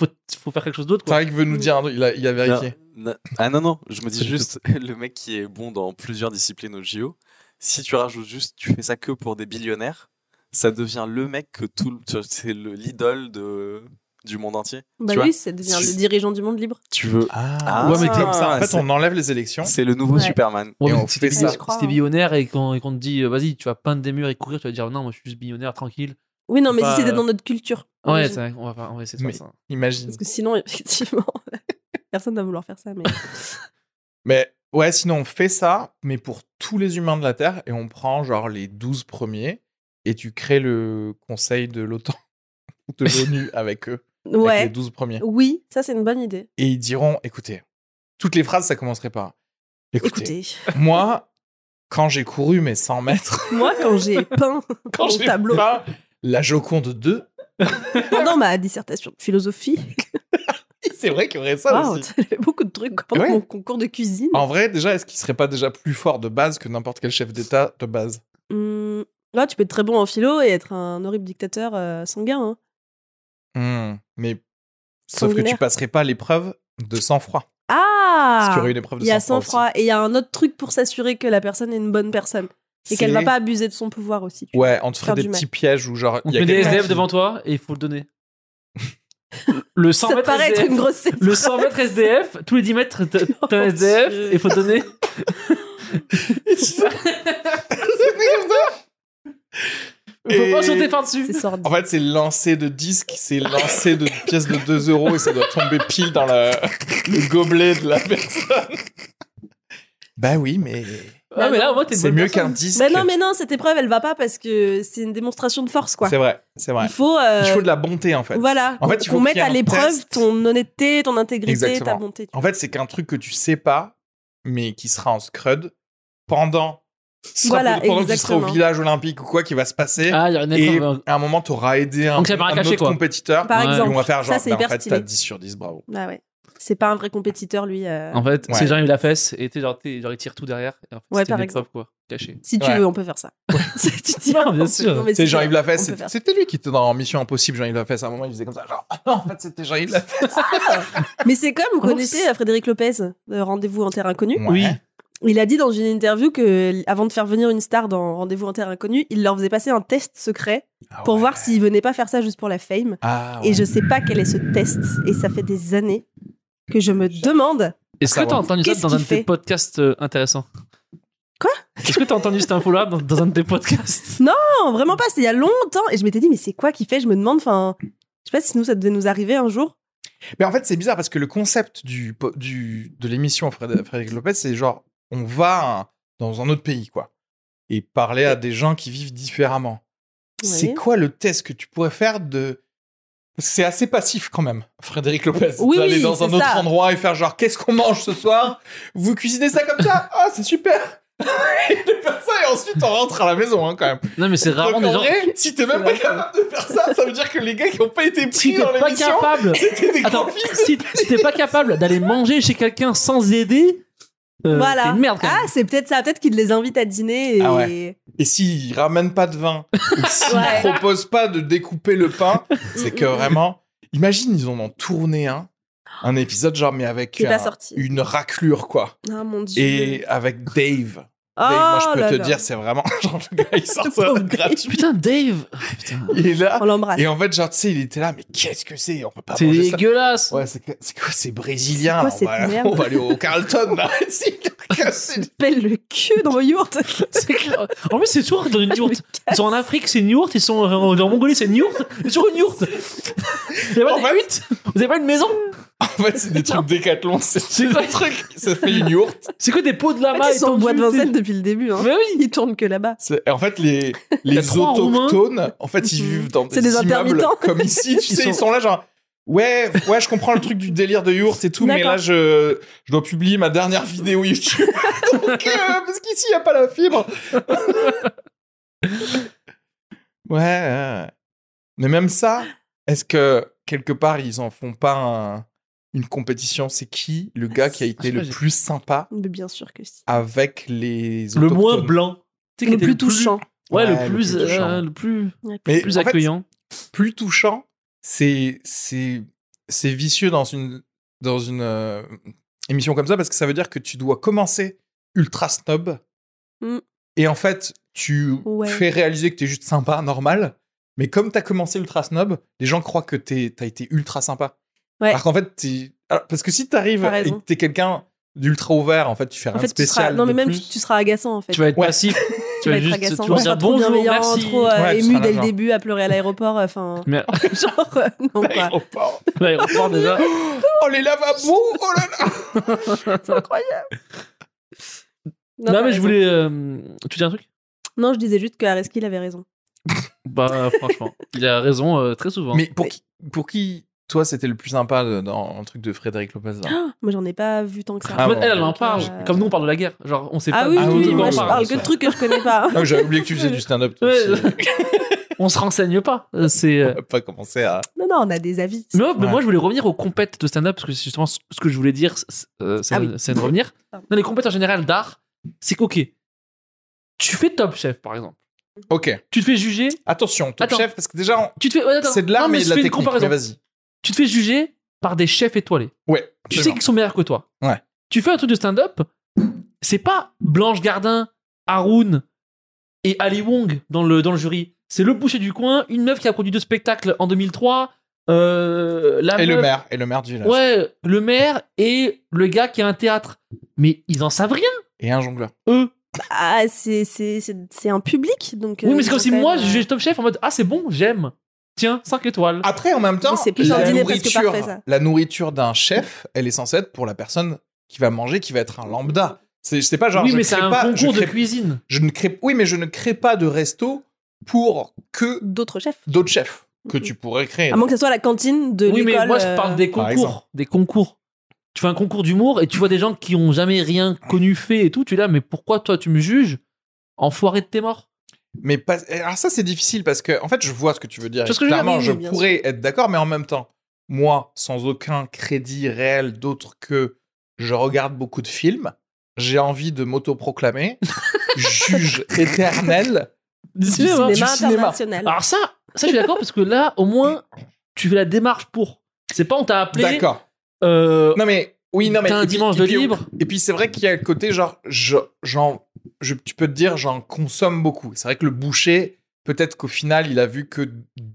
Faut, faut faire quelque chose d'autre, quoi.
Tariq veut nous dire un truc, il a, il a vérifié.
Non, non. Ah non, non, je me dis juste, le mec qui est bon dans plusieurs disciplines au JO, si tu rajoutes juste, tu fais ça que pour des billionnaires, ça devient le mec que tout le- tu vois, C'est le- l'idole de- du monde entier.
Bah
tu vois.
oui, ça devient le dirigeant du monde libre.
Tu veux.
Ah,
Ouais, mais
c'est
t'es-
comme ça. En fait,
c'est-
on enlève les élections.
C'est le nouveau
Ouais.
Superman.
Et
mais
on
si
fait
t'es
ça.
billi-
Je crois,
si t'es
hein.
millionnaire et qu'on et qu'on te dit, euh, vas-y, tu vas peindre des murs et courir, tu vas dire, non, moi je suis juste millionnaire, tranquille.
Oui, non, mais
Bah,
si c'était
euh,
dans notre culture.
Ouais,
j'imagine.
c'est vrai, on va, pas- on va essayer de
Mais-
faire ça.
Imagine.
Parce que sinon, effectivement, personne va vouloir faire ça. Mais...
Mais ouais, sinon on fait ça, mais pour tous les humains de la Terre, et on prend genre les 12 premiers, et tu crées le conseil de l'OTAN, ou de l'ONU avec eux, avec les
Ouais.
12 premiers.
Oui, ça, c'est une bonne idée.
Et ils diront, écoutez, toutes les phrases, ça commencerait par, écoutez,
Écoutez,
moi, quand j'ai couru mes 100 mètres,
moi, quand j'ai peint
quand
mon
j'ai
tableau
peint la Joconde 2,
pendant ma dissertation de philosophie,
c'est vrai qu'il y aurait ça
waouh,
aussi.
t'avais beaucoup de trucs pendant
Ouais.
mon concours de cuisine.
En vrai, déjà, est-ce qu'il serait pas déjà plus fort de base que n'importe quel chef d'État de base
Hum, là, tu peux être très bon en philo et être un horrible dictateur euh, sanguin. hein.
Hmm, Mais sauf que tu
Sanguinaire.
passerais pas l'épreuve de sang-froid. Parce
Ah
qu'il y aurait une épreuve de
Il y a
sang-froid.
sang-froid. Et il y a un autre truc pour s'assurer que la personne est une bonne personne.
aussi.
Et qu'elle va
C'est-
pas abuser de son pouvoir aussi. tu
Ouais, on te ferait
faire
des
du
petits pièges ou genre.
On
il y
te
a
met des
quelqu'un
SDF
qui-
devant toi et il faut le donner. le 100
vois. Ça
mètres
paraît être
SDF.
une grosse
Le 100 mètres SDF, tous les 10 mètres, t'as t'as un
Mon
SDF
Dieu.
et il faut donner. Faut
Et-
pas sauter par-dessus.
C'est sordide.
En fait, c'est lancer de disques, c'est lancer de pièces de 2 euros et ça doit tomber pile dans la- le gobelet de la personne. Bah oui, mais
Ah, mais là, au moins, t'es une
c'est
bonne
mieux
personne.
qu'un disque.
Mais Bah non, mais non, cette épreuve, elle va pas parce que c'est une démonstration de force, quoi. Euh,
C'est vrai, c'est vrai.
Il faut. euh,
Il faut de la bonté en fait.
Voilà.
En fait,
qu'on-
il faut
qu'on mette
qu'il y ait
à
un
l'épreuve
test.
ton honnêteté, ton intégrité,
Exactement.
ta bonté.
En fait, c'est qu'un truc que tu sais pas, mais qui sera en scrud pendant. ce sera-
Voilà,
pendant que tu seras au
exactement.
village olympique ou quoi qui va se passer.
Ah, il y a une
Et
épreuve.
à un moment, tu auras aidé un,
Donc, ça paraît
un
caché,
autre
quoi.
compétiteur.
Par
Ouais.
Et
exemple.
on va faire genre,
ça, c'est
bah, en
hyper
fait,
stylé.
t'as 10 sur 10, bravo.
Bah ouais. C'est pas un vrai compétiteur, lui. euh,
En fait,
Ouais.
ces gens, ils la fessent et t'es genre, t'es- genre, ils tirent tout derrière. Et en fait,
Ouais,
c'était
par
une épreuve, quoi. Caché.
Si tu
Ouais.
veux, on peut faire ça. tu dis,
Non, bien
on peut-
sûr.
non, mais
C'est
si,
Jean-Yves Lafesse,
on peut
c'est-
faire
c'était lui qui était dans Mission Impossible, Jean-Yves Lafesse. À un moment, il faisait comme ça, genre, Ah non, en fait, c'était Jean-Yves Lafesse.
Mais c'est comme, vous
Oups.
Oh,
connaissez euh, Frédéric Lopez, de Rendez-vous en Terre Inconnue.
Ouais.
Il a dit dans une interview que avant de faire venir une star dans Rendez-vous en Terre Inconnue, il leur faisait passer un test secret
Ah
pour
ouais.
voir s'ils venaient pas faire ça juste pour la fame.
Ah
Et
ouais.
je sais pas quel est ce test. Et ça fait des années que je me demande.
Est-ce que
savoir.
t'as entendu ça
Qu'est-ce
dans un
qu'il
de tes
fait
podcasts euh, intéressants
Quoi
Est-ce que t'as entendu cette info-là dans, dans un de tes podcasts
Non, vraiment pas. C'était il y a longtemps. Et je m'étais dit, mais c'est quoi qui fait Je me demande. Enfin, je sais pas si nous ça devait nous arriver un jour.
Mais en fait, c'est bizarre parce que le concept du, po- du, de l'émission Fred- Frédéric Lopez, c'est genre, on va un- dans un autre pays, quoi. Et parler à des gens qui vivent différemment.
Ouais.
C'est quoi le test que tu pourrais faire de. Parce que C'est assez passif quand même, Frédéric Lopez.
Oui,
D'aller
oui,
dans un
c'est
autre
ça.
endroit et faire genre, qu'est-ce qu'on mange ce soir Vous cuisinez ça comme ça Ah, c'est super Et de faire ça, et ensuite on rentre à la maison, hein, quand même.
Non, mais c'est rarement
Donc,
des
en
gens.
vrai, si t'es même
C'est
pas
vrai,
capable de faire ça, ça veut dire que les gars qui ont pas été pris
Si t'es
dans
pas
l'émission,
capable.
c'était des grands
Attends,
fils.
si si t'es pas capable d'aller manger chez quelqu'un sans aider, euh, t'es
voilà.
une merde quand même.
ah, c'est peut-être ça. Peut-être qu'il les invite à dîner. Et...
Ah Et s'il ramène pas de vin, ou s'il
Ouais.
propose pas de découper le pain, c'est que vraiment, imagine, ils en ont tourné un, un épisode genre, mais avec
Qui est pas
un-
sorti.
une raclure, quoi.
Ah mon dieu.
Et avec Dave.
oh,
Dave, moi, je peux
là
te
là.
dire, c'est vraiment, genre, le gars, il sort ça
Pauvre Oh
gratuit.
Putain, Dave Ah, putain.
Il est là.
On l'embrasse.
Et en fait, genre, tu sais, il était là, mais qu'est-ce que c'est On peut pas
C'est
manger ça.
dégueulasse
Ah, Ouais, c'est que- c'est quoi C'est brésilien.
C'est quoi
là, on, va,
cette merde
on va aller au Carlton, là. C'est- c'est-
Pèle le cul dans mon yaourt.
C'est clair. En plus, c'est toujours dans une yourte. Ils sont en Afrique, c'est une yourte. Ils sont en, en Mongolie, c'est une yourte. C'est toujours une yourte. Vous avez pas
On
des
va-
huttes Vous avez pas une maison
En fait, c'est des trucs décathlon. C'est c'est
quoi
des trucs. Ça fait une yourte.
C'est quoi des pots de lama
En fait, ils sont au
étendus,
bois de
tu sais
Vincennes depuis le début. Hein.
Mais oui
Ils tournent que là-bas.
C'est- En fait, les, les
trois
autochtones, en fait, ils
Mhm.
vivent dans des,
C'est des
immeubles
intermittents.
comme ici. Tu
Ils
sais, ils
sont-
sont là genre. Ouais, ouais, je comprends le truc du délire de yurt et tout, mais
D'accord.
là, je, je dois publier ma dernière vidéo YouTube. Donc, euh, parce qu'ici, il n'y a pas la fibre. ouais. ouais. Mais même ça, est-ce que quelque part, ils en font pas un- une compétition C'est qui le gars qui a été
sais
le
Ah, pas, j'ai-
plus sympa
Mais bien sûr que si.
avec les
Le
autochtones
moins blanc. Tu sais, qui
Le
était
plus touchant.
Ouais,
Ouais,
le
le
plus.
plus touchant.
euh, Le plus
Mais
plus
en fait,
accueillant.
plus touchant, c'est c'est c'est vicieux dans une dans une euh, émission comme ça parce que ça veut dire que tu dois commencer ultra snob
Mm.
et en fait tu
Ouais.
fais réaliser que t'es juste sympa, normal. Mais comme t'as commencé ultra snob, les gens croient que t'es- t'as été ultra sympa.
Ouais.
Alors qu'en fait, t'es- alors, parce que si t'arrives
T'as
et
raison.
que t'es quelqu'un d'ultra ouvert, en fait, tu fais rien
En fait,
de
tu seras.
spécial.
Non, mais
de
même
plus.
tu, tu seras agaçant en fait.
Tu vas être
Ouais.
passif.
Tu vas être agaçant.
tu vas
tu seras
dire
trop
bonjour,
bienveillant,
merci.
trop euh,
Ouais, tu seras
ému
là,
dès le
genre.
début à pleurer à l'aéroport. euh, Enfin,
Mais
genre, euh,
Bah,
non
Ah,
quoi.
Aéroport.
l'aéroport déjà.
Oh les lavabos, oh là là.
C'est incroyable. t'as
Non, mais je
raison.
voulais. euh, tu dis un truc
Non, je disais juste que Areski il avait raison.
Bah, franchement, il a raison euh, très souvent.
Mais pour qui, pour qui toi c'était le plus sympa de- dans le truc de Frédéric Lopez là
Moi, j'en ai pas vu tant que ça.
Ah
En fait,
bon.
elle, elle en
Donc,
parle.
euh,
Comme nous, on parle de la guerre. Genre, on sait
Ah
pas. hein,
oui,
du
Ah
tout
oui,
de
oui,
quoi
moi je
on
oui,
parle.
parle que de
ça.
trucs que je connais pas.
Ah, J'avais oublié que tu faisais du stand-up. tu
Ouais.
sais.
On se renseigne pas. Euh, C'est. euh,
On a pas commencé à.
Non, non, on a des avis.
Mais, ouais, mais
Ouais.
moi, je voulais revenir aux compètes de stand-up parce que c'est justement ce ce que je voulais dire, c'est euh, c'est-
Ah oui.
c'est de revenir.
Pardon.
Non, les compètes en général d'art, c'est qu'ok, tu fais Top Chef par exemple,
Ok,
tu te fais juger,
attention, Top
Attends.
Chef, parce que déjà, on-
tu te fais. ouais, attends.
c'est de l'art,
Non,
mais
je
de la
fais une
technique.
comparaison.
Mais vas-y.
Tu te fais juger par des chefs étoilés.
Ouais.
Tu sais qu'ils sont meilleurs que toi.
Ouais.
Tu fais un truc de stand-up, c'est pas Blanche Gardin, Haroun et Ali Wong dans le, dans le jury. C'est le boucher du coin, une meuf qui a produit deux spectacles en 2003. euh, la
absolument. Et le
meuf-
maire, et le maire du village.
Ouais, le maire et le gars qui a un théâtre. Mais ils en savent rien,
Et un jongleur.
eux.
Ah, c'est- c'est c'est- c'est un public, donc.
oui,
euh,
mais c'est comme
ils
si
ont quand
moi,
même,
je
euh,
jugeais Top Chef en mode Ah, c'est bon, j'aime. Tiens, 5 étoiles.
Après, en même temps,
Mais c'est plus un
la,
dîner presque
nourriture,
parfait, ça.
la nourriture d'un chef, elle est censée être pour la personne qui va manger, qui va être un lambda. C'est, je sais pas, genre,
oui,
je,
mais c'est
crée
un
pas, je,
concours de
crée-
cuisine.
je ne crée, oui, mais je ne crée pas de resto pour que
D'autres chefs.
d'autres chefs que
Mm.
Mhm.
tu pourrais créer.
Ah,
À moins que ce soit la cantine de
Oui,
l'école.
mais moi, je
euh,
parle des
par exemple.
concours. Des concours. Tu fais un concours d'humour et tu vois des gens qui ont jamais rien connu fait et tout. Tu es là, mais pourquoi toi, tu me juges Enfoiré de tes morts.
Mais pas... eh, alors ça c'est difficile parce que en fait je vois ce que tu veux dire.
Tu vois ce que je veux dire
Clairement,
Oui,
je
oui, bien
pourrais être d'accord, mais en même temps, moi, sans aucun crédit réel d'autre que je regarde beaucoup de films, j'ai envie de m'autoproclamer juge éternel.
Du
Cinéma
cinéma. Ah.
international.
Alors, ça, ça, je suis d'accord parce que là, au moins, tu fais la démarche pour. C'est pas on t'a appelé.
D'accord.
euh,
Non mais Oui, non, mais.
T'as un
et puis-
dimanche
et
de
puis-
libre.
Et puis c'est vrai qu'il y a le côté genre, je- j'en, je, tu peux te dire, j'en consomme beaucoup. C'est vrai que le boucher, peut-être qu'au final, il a vu que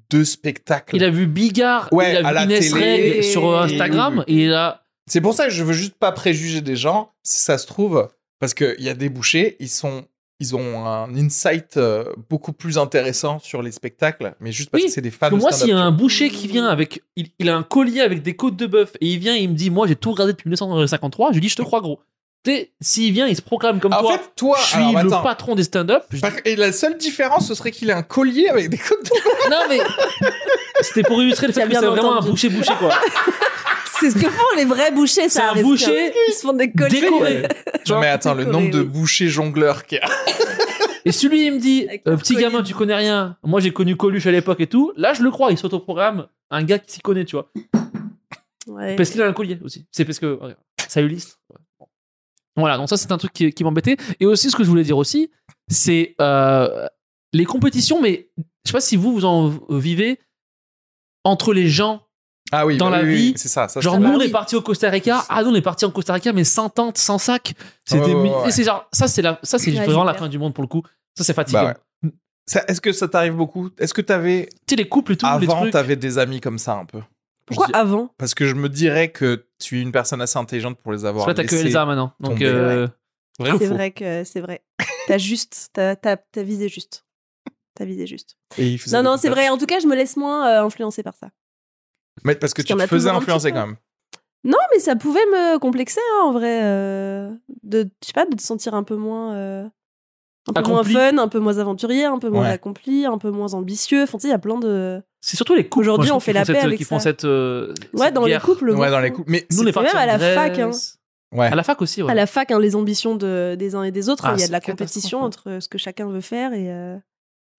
deux spectacles.
Il a vu Bigard,
Ouais,
il a
à la
vu Inès
télé.
Reg sur euh,
Et-
Instagram, et, il a.
C'est pour ça que je veux juste pas préjuger des gens, si ça se trouve, parce qu'il y a des bouchers, ils sont. Ils ont un insight euh, beaucoup plus intéressant sur les spectacles, mais juste parce
Oui,
que c'est des fans
Pour
de
moi,
Ah, stand-up,
s'il y a
tu
un boucher qui vient avec. Il, il a un collier avec des côtes de bœuf, et il vient et il me dit Moi, j'ai tout regardé depuis 1953, je lui dis Je te crois, gros. Tu sais, s'il vient, il se proclame comme
Ah, En
toi.
fait, toi,
je suis
alors,
le
attends.
patron des stand-up. Je dis,
Par- Et la seule différence, ce serait qu'il ait un collier avec des côtes de
non, mais. C'était pour illustrer le
Tu as
fait que
bien
c'est vraiment un
entendu.
boucher-boucher, quoi.
C'est ce que font les vrais bouchers,
C'est
ça.
un
Arisca.
boucher
Ils se font des colliers.
Décoré.
Non, mais attends, le
décoré,
nombre de
oui.
bouchers jongleurs qu'il y a.
Et celui, il me dit
Avec
euh,
leur
Petit
collier.
gamin, tu connais rien. Moi, j'ai connu Coluche à l'époque et tout. Là, je le crois, il saute au programme. Un gars qui s'y connaît, tu vois.
Ouais.
Parce qu'il a un collier aussi. C'est parce que. regarde, Ça illustre. Ouais. Bon. Voilà, donc ça, c'est un truc qui, qui m'embêtait. Et aussi, ce que je voulais dire aussi, c'est euh, les compétitions, mais je sais pas si vous, vous en vivez entre les gens.
Ah oui,
Dans
bah
la
oui, oui,
vie,
c'est ça. ça
genre,
c'est
nous,
la-
on est
oui.
parti au Costa Rica. Ah, nous, on est parti en Costa Rica, mais sans tente, sans sac. C'était.
Ouais, ouais, ouais, ouais.
et c'est genre, ça, c'est la- ça, c'est
Ouais,
vraiment la
super.
fin du monde pour le coup. Ça, c'est fatigant.
Bah ouais. Ça- Est-ce que ça t'arrive beaucoup Est-ce que t'avais
Tu sais, les couples et tout, les
avant,
trucs.
t'avais des amis comme ça un peu
Pourquoi
je
avant
Parce que je me dirais que tu es une personne assez intelligente pour les avoir.
Parce que là, t'as que
laissés.
Elsa maintenant. Donc,
tomber.
euh,
Vrai ou
C'est
faux
vrai que c'est vrai. T'as juste, t'as t'as- t'as visé juste. T'as visé juste.
Et ils faisaient
Non,
des
non, c'est
compétitions.
vrai. En tout cas, je me laisse moins euh, influencer par ça.
Mais parce que
Parce
tu
qu'il y en
te
a
faisais
toujours un
influencer
petit peu.
quand même.
Non, mais ça pouvait me complexer, hein, en vrai. euh, de, je sais pas, de te sentir un peu moins. euh, un peu
Accompli.
moins fun, un peu moins aventurier, un peu moins
Ouais.
accompli, un peu moins ambitieux. Enfin, tu sais, il y a plein de.
c'est surtout les couples.
Aujourd'hui,
moi, je
on
trouve,
fait
qui
la
font
paix
cette-
avec
Qui font
ça.
cette. euh,
Ouais,
cette
dans les
guerre.
couples.
Ouais,
moi,
dans les
faut-
couples. Mais
Nous, on
c'est-
est partis
même à la
en
fac,
Grèce.
ouais.
À la fac aussi, ouais.
À la fac, hein, les ambitions de, des uns et des autres,
Ah,
il y a
c'est
de la
catastrophe,
compétition
ouais.
hein.
entre ce que chacun veut faire et. euh,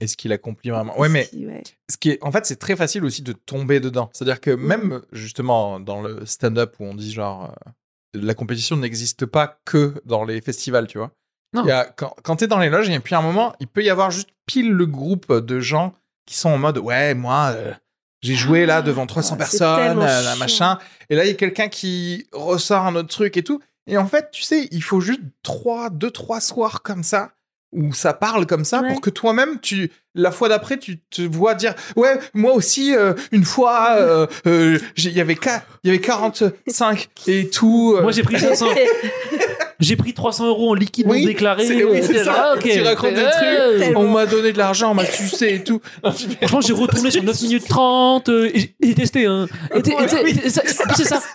Est-ce qu'il accomplit vraiment Ouais,
ce
mais
qui- ouais.
ce qui est, en fait, c'est très facile aussi de tomber dedans. C'est-à-dire que
Mmh.
même justement dans le stand-up où on dit genre euh, la compétition n'existe pas que dans les festivals, tu vois.
Non.
Il y a- quand quand t'es dans les loges, et puis à un moment, il peut y avoir juste pile le groupe de gens qui sont en mode ouais moi. euh, j'ai joué là devant 300
Ah, c'est
personnes,
tellement
euh, là,
chiant.
machin. Et là, il y a quelqu'un qui ressort un autre truc et tout. Et en fait, tu sais, il faut juste trois, deux, trois soirs comme ça, où ça parle comme ça,
Ouais.
pour que toi-même, tu, la fois d'après, tu te vois dire, ouais, moi aussi, euh, une fois, euh, euh, j'ai- il y avait qua- il y avait 45 et tout. euh,
Moi, j'ai pris 500. j'ai pris 300 euros en liquide
Oui,
non déclaré.
c'est- oui, c'est
Euh,
ça.
ah, ok.
Tu racontes des
Euh,
trucs.
on m'a donné de l'argent, on m'a sucé et tout.
Franchement, j'ai retourné sur 9 minutes 30 euh, et j'ai- et j'ai testé. Hein. Et t'es- et t'es- et ça- C'est ça.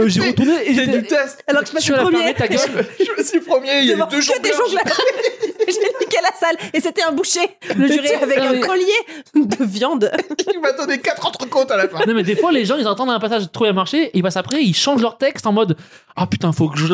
Euh, J'ai retourné et
J'ai
j'étais-
du test.
Alors que je
Je
passe
suis
le
à la
premier.
fermée, ta gueule.
Je me suis premier, il y
Devant
avait deux
que des
jongleurs.
jongleurs. Je l'ai niqué à la salle et c'était un boucher, le
Mais
jury
tu-
avec
non,
un
mais-
collier de viande.
Il m'a donné quatre entrecôtes à la fin.
Non mais des fois les gens ils entendent un passage trop bien marché, ils passent après, ils changent leur texte en mode ah putain faut que je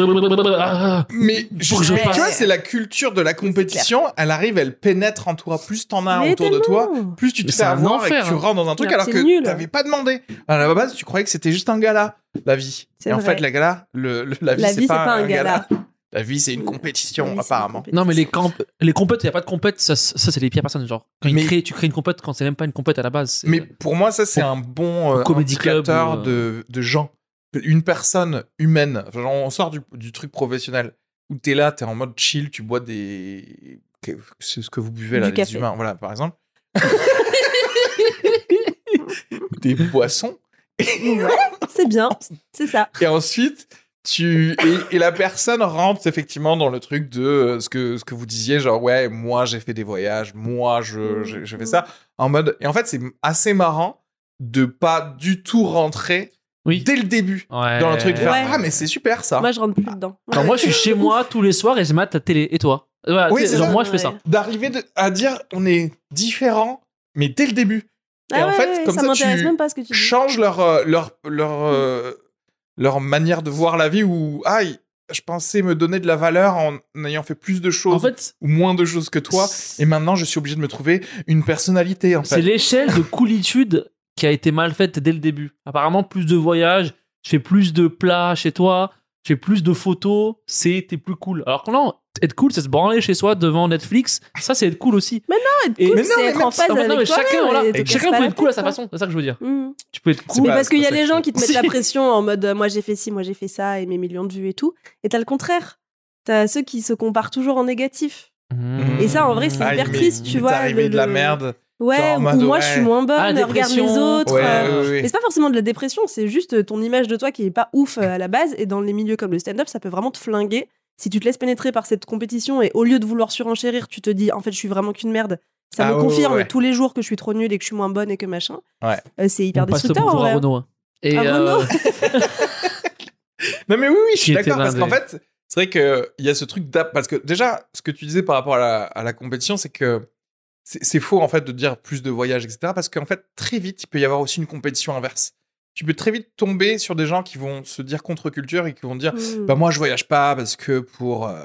Ah.
Mais je-
que je
tu
passe.
vois, c'est la culture de la compétition. Elle arrive, elle pénètre en toi. Plus t'en as
Mais
autour de toi,
tellement.
plus tu te
Mais
fais
c'est un
avoir et
enfer,
que tu
hein.
rentres dans un truc
Ah,
alors
c'est
que
nul.
t'avais pas demandé. À la base, tu croyais que c'était juste un gala, la vie.
C'est
Et en
vrai.
fait, la gala, le, le- la vie,
La
c'est
vie,
pas, un gala. La vie, c'est une
La
compétition,
Oui, c'est une
apparemment.
compétition.
Non mais les camp les compètes, il y a pas de compète, ça, ça c'est les pires personnes genre. Quand ils
Mais-
créent- tu crées une compète quand c'est même pas une compète à la base. c'est-
Mais pour moi, ça, c'est
Ou-
un bon euh,
comedy club,
indicateur
ou, euh,
de, de gens. Une personne humaine. Enfin, genre, on sort du, du truc professionnel où t'es là, t'es en mode chill, tu bois des. que- C'est ce que vous buvez là,
Du
les
café.
humains, voilà, par exemple. des boissons.
C'est bien, c'est ça.
Et ensuite, tu et, et la personne rentre effectivement dans le truc de euh, ce que ce que vous disiez, genre ouais, moi j'ai fait des voyages, moi
Mmh,
je je, je fais ça en mode. Et en fait, c'est assez marrant de pas du tout rentrer
Oui. Euh,
dès le début
Ouais.
dans le truc. de faire,
Ouais.
Ah mais c'est super ça.
Moi, je rentre plus dedans.
Non, moi, je suis chez moi tous les soirs et je mate la télé. Et toi Voilà,
Oui,
tu sais,
c'est
genre,
ça.
moi, je fais ça.
Ouais.
D'arriver de- à dire on est différent, mais dès le début.
Mmh.
Et
Ah
en
ouais,
fait,
ouais,
comme ça,
m'intéresse
tu-
même pas ce que tu dis.
Change leur euh, leur leur
Mmh.
euh, leur manière de voir la vie ou ah je pensais me donner de la valeur en ayant fait plus de choses
En fait,
ou moins de choses que toi. Et
c'est
maintenant, je suis obligé de me trouver une personnalité, en fait.
l'échelle de coolitude qui a été mal faite dès le début. Apparemment, plus de voyages, je fais plus de plats chez toi, tu fais plus de photos, c'est t'es plus cool. Alors que non, être cool, c'est se branler chez soi devant Netflix, ça c'est être cool aussi. Et-
cool,
mais
non,
c'est
mais
être
même-
en phase
Non, mais
avec
non, mais
toi-même
chacun, voilà,
et te casse
chacun
pas
peut
la
être cool à sa
tête,
façon, c'est ça que je veux dire.
quoi. Mm.
Tu peux être
C'est
cool.
pas-
mais parce qu'il y a
ça
les
que
gens
je
qui te mettent
trouve.
la pression en mode euh, moi j'ai fait ci, moi j'ai fait ça et mes millions de vues et tout. Et t'as le contraire. T'as ceux qui se comparent toujours en négatif.
Et
ça, en vrai, c'est hyper
mais-
triste, tu
mais
vois,
T'es arrivé
le-
de la
le-
merde.
Ouais,
Genre en
ou
mode,
moi
ouais.
je suis moins bonne,
Ah, la
regarde les
dépression.
autres.
Ouais,
euh,
ouais, ouais.
Mais c'est pas forcément de la dépression, c'est juste euh, ton image de toi qui est pas ouf euh, à la base. Et dans les milieux comme le stand-up, ça peut vraiment te flinguer. Si tu te laisses pénétrer par cette compétition et au lieu de vouloir surenchérir, tu te dis en fait je suis vraiment qu'une merde. Ça
Ah
me
ouais,
confirme
ouais, ouais.
tous les jours que je suis trop nulle et que je suis moins bonne et que machin.
Ouais.
Euh, c'est hyper
On passe le
destructeur en
bonjour
vrai.
à Renaud. hein. Et
À
euh,
Renaud.
Non mais oui, oui, je suis
Qui était
d'accord parce
blindé.
qu'en fait, c'est vrai que il y a ce truc d'app parce que déjà, ce que tu disais par rapport à la, à la compétition, c'est que c'est c'est faux en fait de dire plus de voyages, etc. Parce qu'en fait, très vite, il peut y avoir aussi une compétition inverse. Tu peux très vite tomber sur des gens qui vont se dire contre-culture et qui vont dire
Mmh.
Mm.
bah moi je voyage pas parce que pour euh,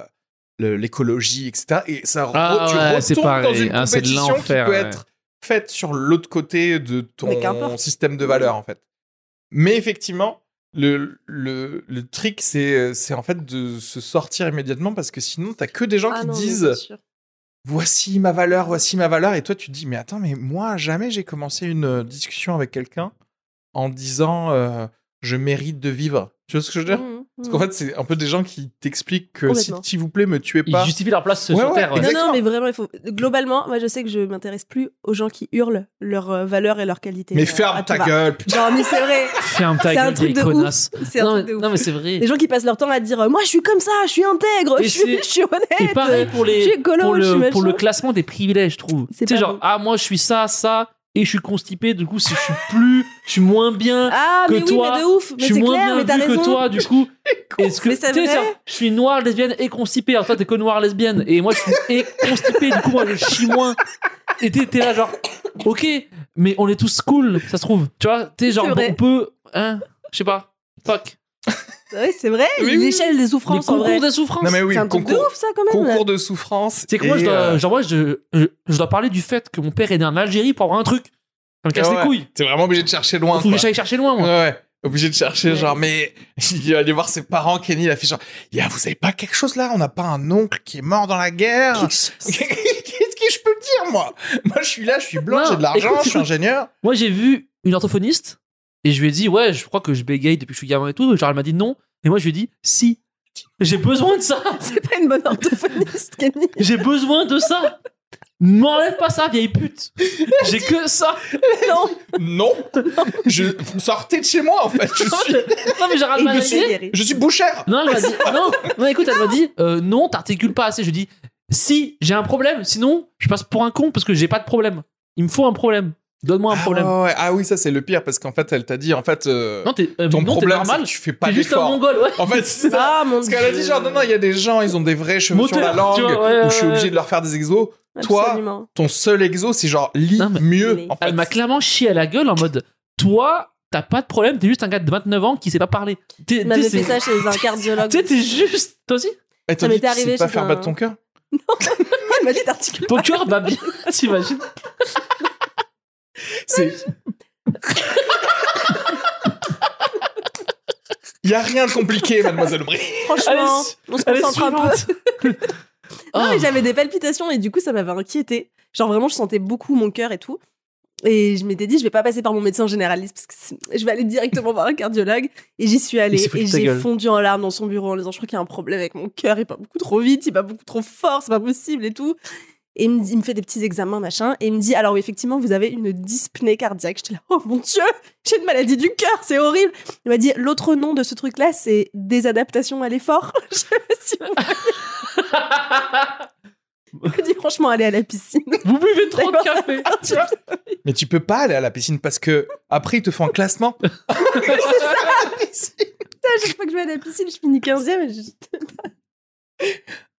le- l'écologie etc et ça re-
Ah
tu
ouais, c'est
retombes dans
pareil.
une
Ah, c'est de
compétition qui peut
l'enfer, ouais.
être faite sur l'autre côté de
Mais
ton
qu'importe.
système de valeurs en fait mais effectivement le, le, le trick c'est euh, c'est en fait de se sortir immédiatement parce que sinon t'as que des gens
Ah
qui
non, mais
disent
c'est sûr.
voici ma valeur voici ma valeur et toi tu te dis mais attends mais moi jamais j'ai commencé une euh, discussion avec quelqu'un en disant euh, je mérite de vivre tu vois ce que je veux dire
Mm,
parce
mm.
qu'en fait, c'est un peu des gens qui t'expliquent que si-
Complètement.
s'il vous plaît, me tuez
ils
pas.
justifient leur place
Ouais,
sur
ouais,
Terre. ouais.
Non,
Exactement.
non, mais vraiment, il faut. Globalement, moi, je sais que je m'intéresse plus aux gens qui hurlent leurs euh, valeurs et leurs qualités.
Mais
euh,
ferme
à
ta
tout va.
gueule, putain.
Non, mais c'est vrai.
Ferme ta
C'est un
gueule,
truc
vieille
de ouf.
connasse.
C'est un
Non,
truc
mais-
de ouf.
non, mais c'est vrai.
Les gens qui passent leur temps à dire euh, Moi, je suis comme ça, je suis intègre,
Et
je suis,
c'est-
je suis honnête.
Et pareil pour les
je suis écolo,
pour
je suis
le
machin.
pour le classement des privilèges, je trouve.
C'est
Tu sais
pas
genre
bon.
ah moi je suis ça ça et je suis constipé du coup si je suis plus je suis moins bien.
Ah,
hein, que
mais
toi,
oui, mais de ouf. Mais
je suis
c'est
moins
clair, mais
bien
t'as
vu
raison.
que toi, du coup. Est-ce que
Mais c'est
tu sais,
vrai.
ça, je suis noire lesbienne et constipée, alors toi t'es que noire lesbienne et moi je suis et constipée, du coup moi je chie moins. Et t'es t'es là genre ok, mais on est tous cool, ça se trouve. Tu vois, t'es genre
C'est vrai.
on peut hein, je sais pas, fuck.
Ouais, Ah c'est vrai,
Oui, oui, oui.
l'échelle des
Les
souffrances en
concours
vrai.
des souffrances.
Non, mais oui,
c'est un truc de
concours,
ouf, ça, quand même.
concours de souffrance.
C'est que moi,
et,
je dois,
euh,
genre, moi je, je, je dois parler du fait que mon père est né en Algérie pour avoir un truc. Ça me casse
Ouais,
les
ouais.
couilles.
T'es vraiment obligé de chercher loin.
Faut que
quoi.
j'aille chercher loin,
Ouais,
moi.
ouais. Obligé de chercher,
Ouais.
genre, mais il est allé voir ses parents, Kenny, il a fait genre, Ya, vous avez pas quelque chose là On n'a pas un oncle qui est mort dans la guerre Qu'est-ce que je peux le dire, moi Moi, je suis là, je suis blanc,
Non,
j'ai de l'argent,
écoute,
je suis
écoute.
ingénieur.
Moi, j'ai vu une orthophoniste et je lui ai dit, ouais, je crois que je bégaye depuis que je suis gamin et tout. Genre, elle m'a dit non. Et moi, je lui ai dit, si. J'ai besoin de ça.
C'est pas une bonne orthophoniste, Kenny.
J'ai besoin de ça. M'enlève pas ça, vieille pute. J'ai que ça.
Non,
Non je... Sortez de chez moi, en fait. Je suis,
Non, mais genre, elle m'a
et
dit.
guéri.
je suis bouchère.
Non, elle m'a dit, non, non, écoute, elle m'a dit, euh, non, t'articules pas assez. Je lui dis, si, j'ai un problème, sinon, je passe pour un con parce que j'ai pas de problème. Il me faut un problème. Donne-moi un
Ah,
problème.
ouais, ouais. Ah oui, ça, c'est le pire, parce qu'en fait, elle t'a dit, en fait, euh,
Non, t'es euh,
ton
non, t'es
problème, c'est
normal.
que tu fais pas
T'es juste un
d'efforts.
mongol, ouais.
En fait, c'est ça.
Ah, mon
Parce qu'elle a dit genre, non, non, il y a des gens, ils ont des vrais cheveux sur la
Moteur,
langue,
tu vois, ouais,
où je suis
ouais,
obligé
ouais.
de leur faire des exos. toi,
Absolument.
Ton seul exo, c'est genre, lis
Non, mais-
mieux.
mais-
En fait.
Elle m'a clairement chié à la gueule en mode, toi, t'as pas de problème, t'es juste un gars de 29 ans qui sait pas parler. T'es
On m'avait
t'es-
fait ça
c'est-
chez un cardiologue.
tu sais, t'es juste. Toi aussi
Elle t'a
Ça
dit,
m'était
tu sais
arrivé
pas
chez
faire
un-
battre ton cœur.
Elle m'a dit t'articules
Ton cœur bat bien, t'imagines
C'est. Il y a rien de compliqué, mademoiselle Aubry.
Franchement, on se
Allez,
concentre un peu.
suivante.
Non,
Ah.
mais j'avais des palpitations et du coup, ça m'avait inquiété. Genre, vraiment, je sentais beaucoup mon cœur et tout. Et je m'étais dit, je vais pas passer par mon médecin généraliste parce que c'est- je vais aller directement voir un cardiologue. Et j'y suis
Il
allée
s'est foutu
et
de ta
j'ai
gueule.
fondu en larmes dans son bureau en disant, je crois qu'il y a un problème avec mon cœur, il bat beaucoup trop vite, il bat beaucoup trop fort, c'est pas possible et tout. Et il me, dit- il me fait des petits examens, machin, et il me dit, alors oui, effectivement, vous avez une dyspnée cardiaque. J'étais là, oh mon dieu, j'ai une maladie du cœur, c'est horrible. Il m'a dit, l'autre nom de ce truc-là, c'est désadaptation à l'effort. je sais pas je dis franchement aller à la piscine.
Vous buvez trop de café.
Tu vois,
Mais tu peux pas aller à la piscine parce que après, ils te font un classement.
à chaque fois que je vais à la piscine, je finis 15e. Et je...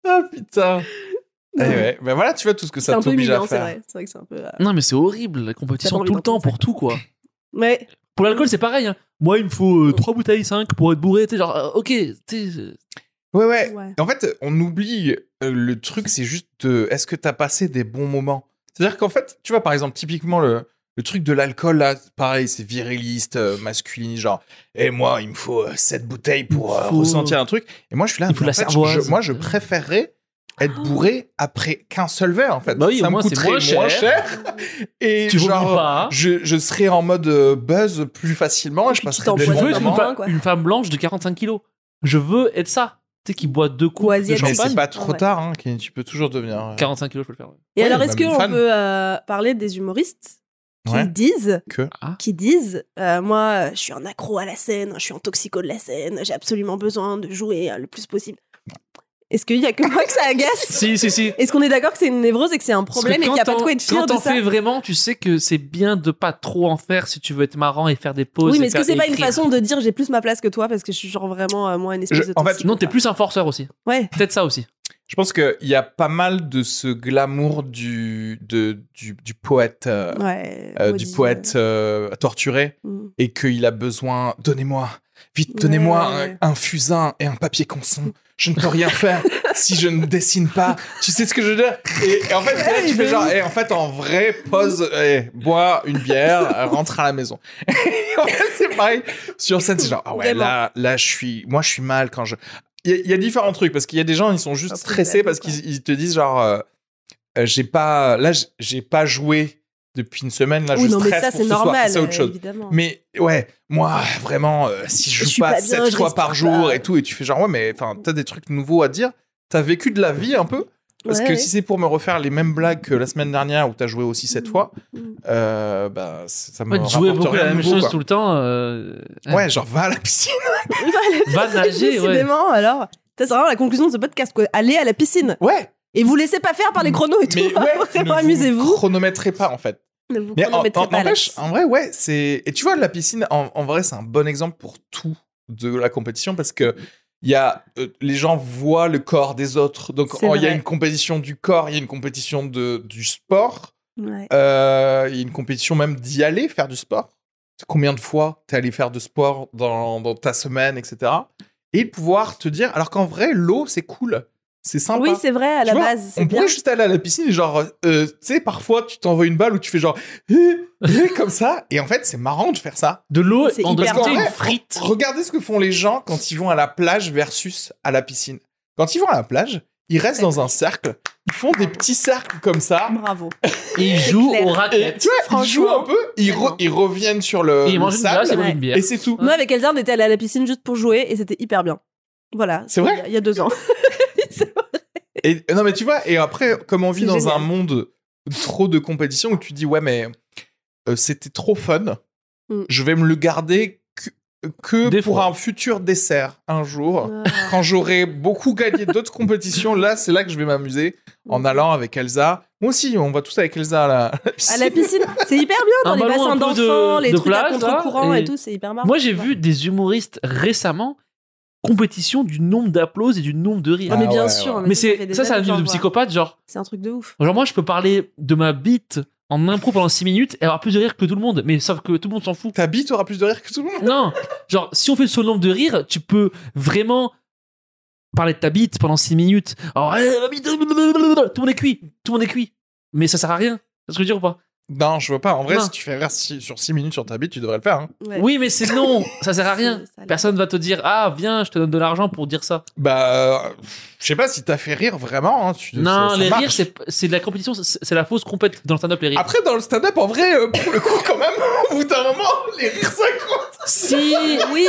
Ah putain. Eh ouais. Ben voilà, tu vois tout ce que
C'est
ça
un peu
t'oblige à
humiliant, c'est
faire.
vrai. C'est vrai que c'est un peu. euh,
Non, mais c'est horrible, la
T'as
compétition
pas envie
tout le temps
d'entendre
pour tout, quoi.
Ouais.
Pour l'alcool, c'est pareil. hein. Moi, il me faut 3 bouteilles, 5 pour être bourré. T'es genre, euh, ok, t'es. euh,
Ouais, ouais.
Ouais.
En fait, on oublie euh, le truc, c'est juste de, est-ce que t'as passé des bons moments C'est-à-dire qu'en fait, tu vois, par exemple, typiquement le, le Le truc de l'alcool, là, pareil, c'est viriliste, euh, masculiniste, genre, et moi, il me faut euh, cette bouteille pour euh,
Faut-
ressentir un truc. Et moi, je suis là,
Il faut
mais en
la
fait, je-
cervoise.
je- moi, je préférerais
Oh.
être bourré après qu'un seul verre, en fait.
Bah oui, au
Ça me
moins, c'est
coûterait moins
moins
cher. et
Tu vomis
genre,
pas.
je, je serais en mode euh, buzz plus facilement et je
puis, tu
passerais des
Je
t'empoisonnes
bons
veux être une,
Vraiment,
moments.
femme,
quoi.
une femme blanche de 45 kilos. Je veux être ça. Tu sais, qui boit deux
Ou
coups de
asiatique.
Mais
champagne.
c'est pas trop
Ouais.
tard, hein, qui- tu peux toujours devenir. euh,
45 kilos, je peux le faire. ouais.
Et
Ouais,
alors,
bah,
est-ce qu'on
fan.
peut euh, parler des humoristes qui
Ouais.
disent
Que
Ah.
qui disent euh, moi euh, je suis un accro à la scène je suis un toxico de la scène j'ai absolument besoin de jouer euh, le plus possible est-ce qu'il y a que moi que ça agace
Si, si, si.
est-ce qu'on est d'accord que c'est une névrose et que c'est un
Parce
problème
que
et qu'il n'y a
quand
pas de
t'en-
quoi être fier
Quand
de
t'en
ça
fais vraiment, tu sais que c'est bien de pas trop en faire si tu veux être marrant et faire des pauses.
oui mais
et
est-ce que
faire-
c'est pas
et
une
écrire.
façon de dire j'ai plus ma place que toi parce que je suis genre vraiment euh, moi une espèce
Je-
de
en fait,
toxico,
Non, t'es
quoi.
plus un forceur aussi.
ouais
Peut-être ça aussi.
Je pense qu'il y a pas mal de ce glamour du, de, du, du poète, euh,
ouais
euh,
maudit,
du poète euh, torturé
euh, mm.
et qu'il a besoin. Donnez-moi, vite,
Ouais,
donnez-moi
ouais,
un-
ouais.
un, fusain et un papier conson. Je ne peux rien faire si je ne dessine pas. Tu sais ce que je veux dire et, et en fait, là, tu fais genre, et en fait, en vrai, pose, eh, bois une bière, euh, rentre à la maison. Et en fait, c'est pareil. Sur scène, c'est genre, ah ouais,
Vraiment.
là, là, je suis, moi, je suis mal quand je. Il y, a- il y a différents trucs parce qu'il y a des gens, ils sont juste
Ah, plus
stressés
d'amis,
parce
quoi.
qu'ils ils te disent genre, euh, euh, j'ai pas, là, j'ai- j'ai pas joué depuis une semaine, là,
oui
je
non mais
stresse
ça
pour
c'est
ce soir.
normal
c'est autre
euh,
chose.
évidemment.
Mais ouais, moi vraiment, euh, si je
Je
joue
suis
pas,
pas bien,
sept
je
fois par
respire
jour
pas.
et tout, et tu fais genre ouais, mais enfin, t'as des trucs nouveaux à dire. T'as vécu de la vie un peu parce
Ouais,
que
ouais.
si c'est pour me refaire les mêmes blagues que la semaine dernière où t'as joué aussi sept fois,
Mm.
euh, bah c- ça me
Ouais, de jouer
rapporte
beaucoup
rien
la
de
même
nouveau,
chose
quoi.
tout le temps. euh,
Ouais, genre va à la piscine.
Va nager, ouais.
Décidément, alors. Ça, c'est vraiment la conclusion de ce podcast, quoi. Allez à la piscine.
Ouais,
Et vous laissez pas faire par les chronos et tout.
Mm. mais
hein.
ouais, ne
Vraiment,
vous
amusez-vous.
Chronométrez pas en fait.
Ne vous
Mais en,
chronométrez
en-
pas à la
n'empêche,
piscine.
en vrai, ouais, c'est. Et tu vois, la piscine, en, en vrai, c'est un bon exemple pour tout de la compétition parce que il y a, euh, les gens voient le corps des autres. Donc,
C'est
en- il y a
vrai.
une compétition du corps, il y a une compétition de, du sport,
Ouais.
euh, il y a une compétition même d'y aller faire du sport. Combien de fois t'es allé faire de sport dans, dans ta semaine, etc. Et de pouvoir te dire, alors qu'en vrai, l'eau, c'est cool. C'est sympa.
Oui, c'est vrai, à
Tu
la
vois,
base. c'est
On pourrait
bien.
juste aller à la piscine et genre, euh, tu sais, parfois tu t'envoies une balle où tu fais genre, euh, euh, comme ça, et en fait c'est marrant de faire ça.
De l'eau
C'est
en
hyper
dessous
vrai.
une frite.
Regardez ce que font les gens quand ils vont à la plage versus à la piscine. Quand ils vont à la plage, ils restent dans un cercle, ils font des petits cercles comme ça,
Bravo.
Et ils
C'est
jouent
clair.
aux
et
raquettes.
tu vois, ils jouent
Franchement,
un peu, ils, re-
vraiment.
ils reviennent sur le,
Et ils
le
mangent une
sable,
glace et boivent
ouais.
une bière.
et c'est tout.
Moi, avec Elsa, on était allé à la piscine juste pour jouer et c'était hyper bien. Voilà.
C'est vrai
il y a- Il y a deux ans.
Et, non, mais tu vois, et après, comme on vit
C'est
dans
génial.
un monde trop de compétition où tu dis, ouais, mais euh, c'était trop fun,
Mm.
je vais me le garder que, que
Des
pour
fois.
un futur dessert un jour.
Ah.
Quand j'aurai beaucoup gagné d'autres compétitions, là, c'est là que je vais m'amuser en allant avec Elsa. Moi aussi, on va tous avec Elsa à la, à la
Mm. À
piscine.
la piscine, c'est hyper bien
Un
dans les
ballon
bassins
un peu de-
d'enfants, les
de
trucs à
plage, là,
contre-courant et...
et-
tout, c'est hyper marrant.
Moi, j'ai
Ouais.
vu des humoristes récemment compétition du nombre d'applauses et du nombre de
Ah,
rires.
mais
Ah
bien
ouais,
sûr.
ouais.
mais
ça, ça fait
c'est
des
ça, c'est un
années que
truc
j'en
de
vois.
psychopathe. Genre,
C'est un truc de ouf.
genre moi, je peux parler de ma bite en impro pendant 6 minutes et avoir plus de rire que tout le monde. Mais sauf que tout le monde s'en fout.
Ta bite aura plus de rire que tout le monde.
Non, genre, si on fait ce nombre de rires, tu peux vraiment parler de ta bite pendant 6 minutes. Alors, eh, ma bite, blablabla, tout le monde est cuit, tout le monde est cuit. Mais ça sert à rien. C'est ce que je veux dire ou pas
Non, je vois pas. En vrai,
Non.
si tu fais rire si- sur 6 minutes sur ta bite, tu devrais le faire. hein.
Ouais.
Oui, mais c'est non, ça sert à rien.
C'est- ça a l'air-
Personne va te dire Ah, viens, je te donne de l'argent pour dire ça.
Bah, euh, je sais pas si t'as fait rire vraiment. hein, tu- ça-
non,
ça
les
marche. Ah.
rires, c'est c'est de la compétition, c'est c'est la fausse compète dans le stand-up, les rires.
Après, dans le stand-up, en vrai, euh, pour le coup, quand même, au bout d'un moment, les rires s'accroissent.
Si,
Oui,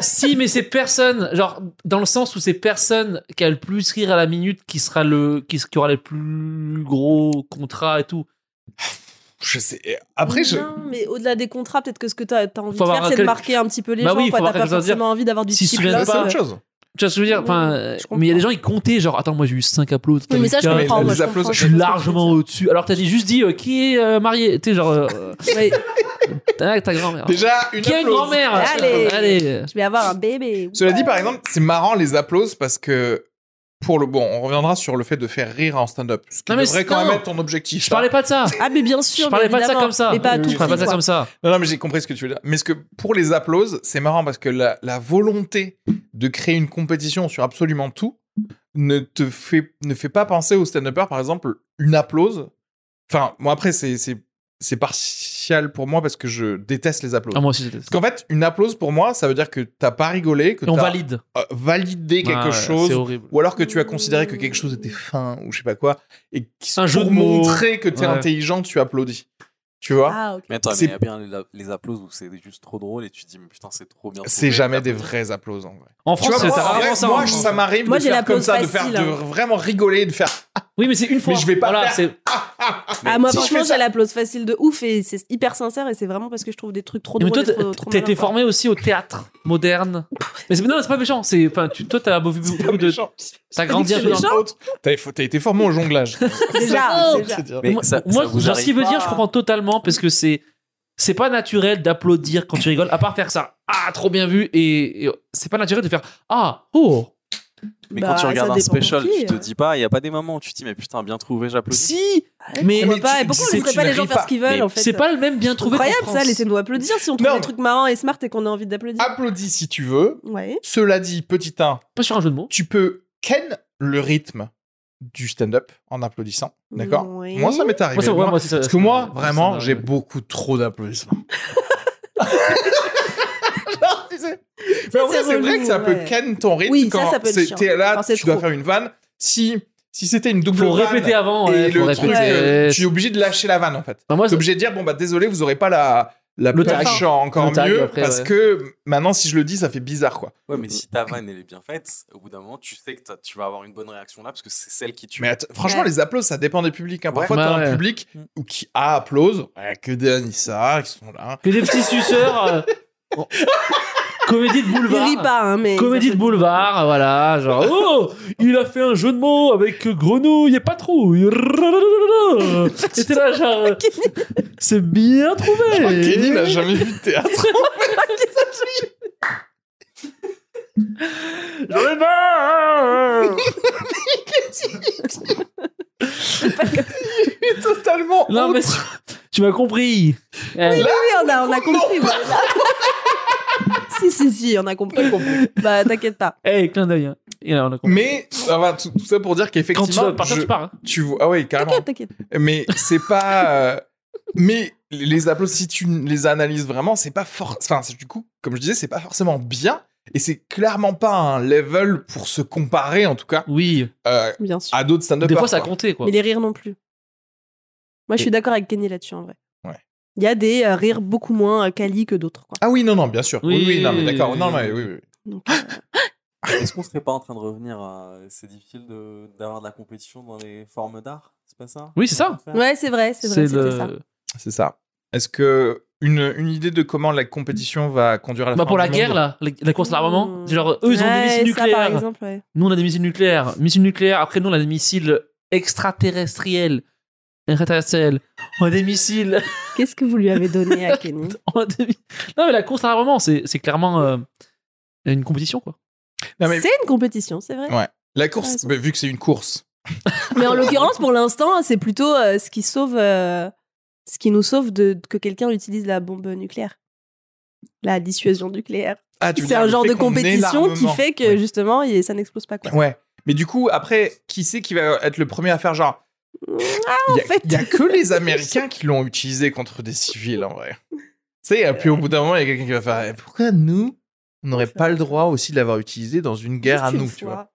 si, mais c'est personne, genre, dans le sens où c'est personne qui a le plus rire à la minute qui sera le qui, qui aura les plus gros contrats et tout.
Je sais. et Après, je.
Non, mais au-delà des contrats, peut-être que ce que t'as as envie
Faut
de faire,
avoir
c'est de
quel-
marquer un petit peu les
Bah
gens.
oui,
quoi.
faut
T'as
avoir
pas
quelque chose à dire.
forcément envie d'avoir du
S'ils se
cheap
souviennent
Là,
love,
c'est
pas,
euh,
autre chose.
Tu vois ce que je veux dire
Oui,
Enfin,
je
euh,
comprends.
mais il y a des gens qui comptaient, genre, attends, moi j'ai eu 5 applaudis.
Oui, mais ça, je
t'as eu
Mais
comprends.
les
moi, je
applaudissements-
comprends,
quatre, Je suis
comprends
largement
ce
au-dessus. Alors t'as dit- juste dit euh, qui est euh, marié Tu sais, genre, euh,
que tu veux dire. Ouais,
ta ta grand-mère.
Déjà, une
Qui a une
applause.
grand-mère
Allez.
Allez.
Je vais avoir un bébé.
Cela dit, par exemple, c'est marrant les applauses parce que. Pour le bon, on reviendra sur le fait de faire rire en stand-up. Ce qui
Non, mais
devrait
c'est-
quand
non.
même être ton objectif.
Je
ça.
parlais pas de ça.
Ah, mais bien sûr.
Je parlais
mais
pas de ça
évidemment.
comme ça.
Mais pas
Euh,
à tout
Je parlais pas de
prix,
ça
quoi.
comme ça.
Non, non, mais j'ai compris ce que tu veux dire. Mais ce que pour les applauses, c'est marrant parce que la, la volonté de créer une compétition sur absolument tout ne te fait, ne fait pas penser au stand-upper, par exemple, une applause. Enfin, moi, après, c'est, c'est, c'est partial pour moi parce que je déteste les applauses.
Ah, moi aussi, c'était
Parce qu'en fait, une applause pour moi, ça veut dire que t'as pas rigolé, que
Et on
t'as
valide.
euh, validé quelque
Ah, ouais, C'est
chose,
horrible.
ou alors que tu as considéré que quelque chose était fin ou je sais pas quoi, et qui-
Un
pour
jeu de mots.
montrer que t'es
Ouais.
intelligent, tu applaudis. Tu vois
Ah, ok.
Mais attends, mais
C'est-
il y a bien les, les applauses où c'est juste trop drôle et tu te dis, mais putain, c'est trop bien.
C'est
trouvé,
jamais
t'as-
des vrais applaudissements en vrai.
En
Tu
France,
vois,
c'est
moi, en
rarement
vrai,
ça. hein.
moi,
en
je-
France.
ça m'arrive de
Moi, j'ai
faire comme
l'applause
ça, de, faire,
facile,
de
hein.
vraiment rigoler, de faire
Oui, mais c'est une fois.
je vais pas
Voilà,
faire-
c'est-
Ah, moi,
si je fais
franchement,
ça-
j'ai l'applause facile de ouf et c'est hyper sincère et c'est vraiment parce que je trouve des trucs trop
Mais
drôles.
toi,
et trop-
t'es-
trop
t'étais
malins, quoi.
formé aussi au théâtre moderne. Mais c'est- non, c'est pas méchant. C'est, enfin, tu, toi, t'as beaucoup beaucoup de,
méchant.
t'as grandi un
C'est
peu dans le-
méchant.
T'as t'as été formé au jonglage.
Déjà, déjà.
C'est dire-
Mais
moi,
ça-
moi,
ça vous
genre, ce qu'il
arrive
veut dire,
pas
je comprends totalement parce que c'est c'est pas naturel d'applaudir quand tu rigoles, à part faire ça. Ah, trop bien vu. Et, et c'est pas naturel de faire ah oh.
Mais
Bah,
quand tu
ça
regardes un
dépend pour
special,
qui,
tu te
hein.
dis pas, il y a pas des moments où tu te dis, mais putain, bien trouvé, j'applaudis.
Si, mais,
Mais
Mais
pas,
tu-
et pourquoi on
c'est-
laisserait
tu
pas
ne
les gens
ris
faire
pas.
ce qu'ils veulent
Mais
en fait
c'est pas le même bien trouvé. qu'en
incroyable ça,
France.
laissez-nous applaudir si on trouve
Non.
des trucs marrants et smart et qu'on a envie d'applaudir.
Applaudis si tu veux.
Ouais.
Cela dit, petit 1,
Pas sur un jeu de mots.
tu peux ken le rythme du stand-up en applaudissant. D'accord
Oui.
Moi, ça m'est arrivé.
Moi, ça- ouais,
Moi,
moi aussi, ça-
parce que moi,
ça-
vraiment,
ça-
j'ai beaucoup trop d'applaudissements. Genre, tu sais. Mais en
c'est
vrai, c'est vrai
relou,
que ça peut
ouais.
ken ton rythme
Oui, ça,
quand
ça peut être
c'est-
chiant.
t'es là,
Quand c'est
tu dois
trop.
faire une vanne. Si, si c'était une double
Faut
vanne
répéter avant.
et
ouais, faut
le truc,
répéter.
euh, tu es obligé de lâcher la vanne en fait.
Enfin, moi,
T'es
c'est-
obligé de dire, bon bah désolé, vous aurez pas la, la
Le
planche
tag.
encore
Le tag,
mieux,
après,
parce
ouais.
que maintenant si je le dis, ça fait bizarre quoi.
Ouais, mais si ta vanne, elle est bien faite, au bout d'un moment, tu sais que t'as- tu vas avoir une bonne réaction là parce que c'est celle qui tue.
Mais att- franchement,
Ouais.
les applauses, ça dépend des publics. hein.
Ouais.
Parfois, t'as
Bah,
un
ouais.
public
Mm.
ou qui a applause, ouais, que des Anissa qui sont là.
que des petits suceurs. euh, bon. Comédie de
Il
boulevard.
rit pas, hein, mais.
Comédie de boulevard, voilà, genre oh, il a fait un jeu de mots avec grenouille et patrouille. Rrrrrrrrrr. Et t'es là genre euh, c'est bien
Oh, Kenny
trouvé.
n'a jamais vu de théâtre.
J'en ai marre.
Il est totalement.
Non mais tu m'as compris. Eh,
Oui, oui, on a, on a compris.
Non.
voilà. si, si, si, on a compris. Bah, t'inquiète pas.
eh, clin d'œil. hein. Et là, on a compris.
Mais ça va, tout, tout ça pour dire
Quand tu vas
qu'effectivement,
partir,
je-
tu pars. hein.
tu vois. Ah oui, carrément.
T'inquiète, t'inquiète.
Mais c'est pas. euh, Mais les applaudissements, si tu les analyses vraiment, c'est pas fort. Enfin, c'est- du coup, comme je disais, c'est pas forcément bien. Et c'est clairement pas un level pour se comparer, en tout cas,
Oui.
euh,
Bien sûr.
à d'autres stand-up.
Des fois ça comptait quoi.
Mais les rires non plus. Moi, je suis d'accord avec Kenny là-dessus, en vrai.
Ouais.
Il y a des euh, rires beaucoup moins euh, quali que d'autres, quoi.
Ah oui, non, non, bien sûr. Oui,
Oui.
oui, non, mais d'accord. Non, mais oui, oui.
Donc, euh,
Est-ce qu'on serait pas en train de revenir à. C'est difficile de- d'avoir de la compétition dans les formes d'art C'est pas ça
Oui, c'est ça.
Ouais, c'est vrai, c'est vrai, c'était
le-
ça.
C'est ça. Est-ce que une, une idée de comment la compétition va conduire à la
Bah
fin
pour
du
la
monde
guerre là, la, la course à l'armement,
Mmh.
genre eux Oh, ils ont des
Ouais,
missiles
ça, par
nucléaires.
exemple, ouais.
Nous, on a des missiles nucléaires. Missiles nucléaires. Après, nous, on a des missiles extraterrestriels. Extraterrestriels. On a des missiles.
Qu'est-ce que vous lui avez donné à Kenny
On a des mi- Non, mais la course à l'armement, c'est c'est clairement euh, une compétition, quoi.
Non, mais
C'est une compétition, c'est vrai.
Ouais. la course,
raison.
bah, vu que c'est une course.
Mais en l'occurrence, pour l'instant, c'est plutôt euh, ce qui sauve, euh, ce qui nous sauve de que quelqu'un utilise la bombe nucléaire, la dissuasion nucléaire.
Ah, tu veux
C'est
dire
un
le
genre
fait
de
qu'on ait
compétition qui
l'armement.
fait que
Ouais.
justement, il- ça n'explose pas quoi.
Ouais. Mais du coup, après, qui c'est qui va être le premier à faire genre
Ah,
Il
en
y a-
fait.
il y, a que les Américains qui l'ont utilisé contre des civils, en vrai. Tu sais, et puis
Euh.
au bout d'un moment, il y a quelqu'un qui va faire Eh, Pourquoi nous, on n'aurait pas le droit aussi de l'avoir utilisé dans une guerre à
Une
nous,
fois.
tu vois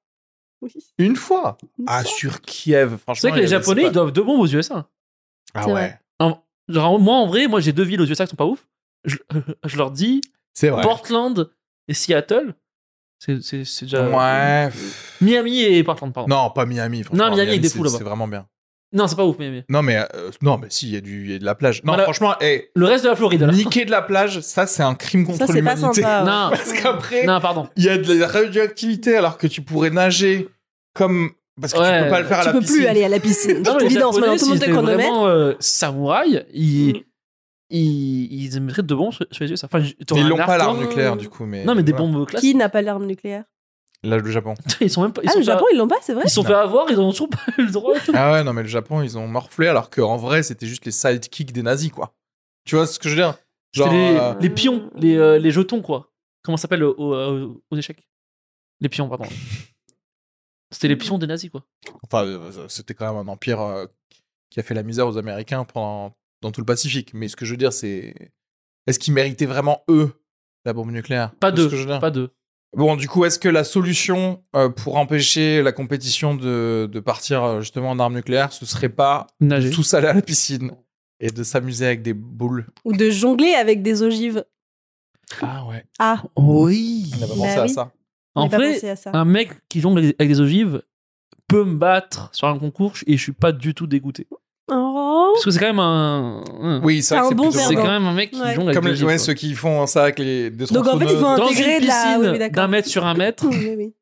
Oui.
Une fois
Une
Ah,
fois.
sur Kiev, franchement.
C'est vrai que
il y
les
avait-
Japonais, ils
c'est pas-
doivent deux bombes aux USA.
Ah
C'est
ouais,
vrai.
En- Genre, moi, en vrai, moi, j'ai deux villes aux USA qui sont pas ouf. Je, je leur dis
c'est vrai.
Portland et Seattle. C'est c'est- c'est déjà.
Ouais. pff.
Miami et Portland, pardon.
Non, pas Miami. franchement.
Non, Miami, il y a des
c'est-
fous, là-bas.
C'est vraiment bien.
Non, c'est pas ouf, Miami.
Non, mais, euh, non, mais si, il y, a du- il y a de la plage. Non,
Voilà.
franchement, eh,
Le reste de la Floride, là.
niquer de la plage, ça, c'est un crime
Ça
contre
c'est pas
l'humanité.
sympa. hein. ouais.
Non,
Parce qu'après,
non, pardon.
il y a de la radioactivité alors que tu pourrais nager comme. Parce que
Ouais.
tu peux pas le faire à
Tu
la
peux
piscine.
plus aller à la piscine.
Non,
C'est
mais les
évident,
Japonais,
maintenant tout le monde
s'ils
est
étaient
chronomètre.
vraiment euh, samouraï, ils,
Mm.
ils, ils mettraient de bombes sur, sur les yeux. Ça. Enfin, je- t'aurais
Ils
un
l'ont pas l'arme
hardcore-
nucléaire du coup, mais.
Non, mais des
voilà.
bombes classiques.
Qui n'a pas l'arme nucléaire
Là, le Japon.
Ils sont même pas. Ils
Ah,
sont
le
fait-
Japon, ils l'ont pas, c'est vrai
Ils sont fait avoir, ils en ont toujours pas eu le droit.
Ah ouais, non, mais le Japon, ils ont morflé alors qu'en vrai, c'était juste les sidekicks des nazis, quoi. Tu vois ce que je veux dire Genre.
C'était les,
euh,
les pions, les, euh, les jetons, quoi. Comment ça s'appelle au- au- au- aux échecs Les pions, pardon. C'était les pions des nazis, quoi.
Enfin, euh, c'était quand même un empire euh, qui a fait la misère aux Américains pendant dans tout le Pacifique. Mais ce que je veux dire, c'est. Est-ce qu'ils méritaient vraiment, eux, la bombe nucléaire
Pas
C'est ce
deux.
que je veux dire.
Pas deux.
Bon, du coup, est-ce que la solution euh, pour empêcher la compétition de, de partir euh, justement en armes nucléaires, ce serait pas
Nager.
tous aller à la piscine et de s'amuser avec des boules
Ou de jongler avec des ogives.
Ah ouais.
Ah,
Oui.
On n'a pas
Bah
pensé à
oui.
ça.
En
j'ai pas
vrai,
pensé à ça.
un mec qui jongle avec avec des ogives peut me battre sur un concours et je suis pas du tout dégoûté.
Oh.
Parce que c'est quand même un. un-
Oui, c'est vrai
T'as
que
un
c'est
bon
plutôt
C'est
perdant.
quand même un mec qui
Ouais.
jongle avec
Comme
des
les,
ogives.
ouais,
quoi.
ceux qui font ça avec les des
Donc, en fait, ils
tronçonneuses.
vont
Dans une
Intégrer de la-
piscine
oui, oui, d'accord.
d'un mètre sur un mètre,
Oui, oui.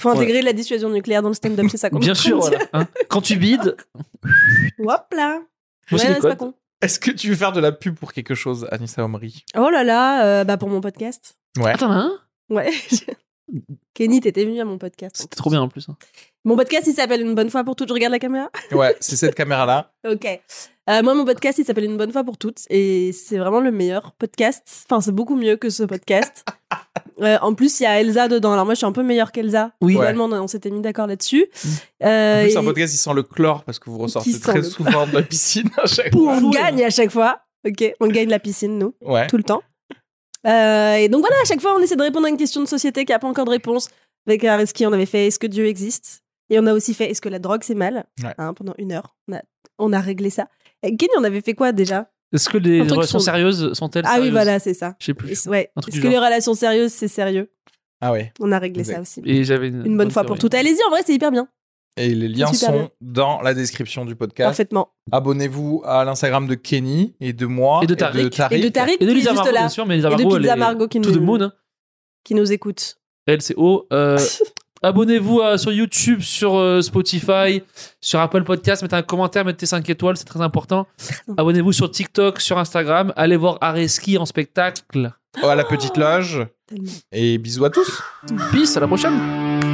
Faut intégrer de la dissuasion nucléaire dans le stand-up, c'est ça qu'on est en
bien
train
sûr.
de dire.
voilà, hein. Quand tu bides,
Hop là.
Moi, c'est
Ouais,
des
non, c'est pas
codes.
con.
Est-ce que tu veux faire de la pub pour quelque chose, Anissa Omri
Oh là là, euh, bah pour mon podcast.
attends, là, hein
Ouais. Kenny, t'étais venu à mon podcast.
c'était trop bien en plus. hein.
Mon podcast, il s'appelle Une bonne fois pour toutes. Je regarde la caméra.
Ouais, c'est cette caméra-là.
Ok. Euh, moi, mon podcast, il s'appelle Une bonne fois pour toutes et c'est vraiment le meilleur podcast. Enfin, c'est beaucoup mieux que ce podcast. Euh, en plus, il y a Elsa dedans. Alors, moi, je suis un peu meilleure qu'Elsa.
Oui.
Ouais.
Finalement, on- on s'était mis d'accord là-dessus.
Mmh.
En
Euh,
plus, un
et-
podcast, il sent le chlore parce que vous ressortez
sent
très
le-
souvent de la piscine à chaque
Pouh,
fois.
on gagne à chaque fois. Ok, on gagne la piscine, nous,
Ouais.
tout le temps. Euh, et donc voilà, à chaque fois, on essaie de répondre à une question de société qui n'a pas encore de réponse. Avec Ariski, on avait fait Est-ce que Dieu existe Et on a aussi fait Est-ce que la drogue c'est mal
Ouais.
Hein, Pendant une heure, on a, on a réglé ça. Et Kenny, on avait fait quoi déjà
Est-ce que
Un
les
truc
relations
sur-
sérieuses sont-elles
Ah oui,
sérieuses
voilà, c'est ça.
Je sais plus.
Est-ce- Ouais.
Un truc
Est-ce
du
que les relations sérieuses c'est sérieux
Ah ouais.
On a réglé
Exact.
ça aussi.
Et j'avais une,
Une bonne fois pour
théorie.
toutes. Allez-y, en vrai, c'est hyper bien.
Et les liens
super
sont
bien.
dans la description du podcast.
Parfaitement.
Abonnez-vous à l'Instagram de Kenny et de moi
Et de Tariq.
Et de Tariq, qui
Et de
est
Lisa
juste
Margot,
là.
bien sûr, mais Lisa
Et de
Margot, elle
Pizza
est
Margot qui
tout de
nous-
moon. hein.
Qui nous écoute.
LCO. euh, Abonnez-vous à- sur YouTube, sur euh, Spotify, sur Apple Podcast. Mettez un commentaire, mettez 5 étoiles, c'est très important. Abonnez-vous sur TikTok, sur Instagram. Allez voir Areski en spectacle.
Oh, à la petite loge.
Oh, Tellement.
Et bisous à tous.
Peace, à la prochaine.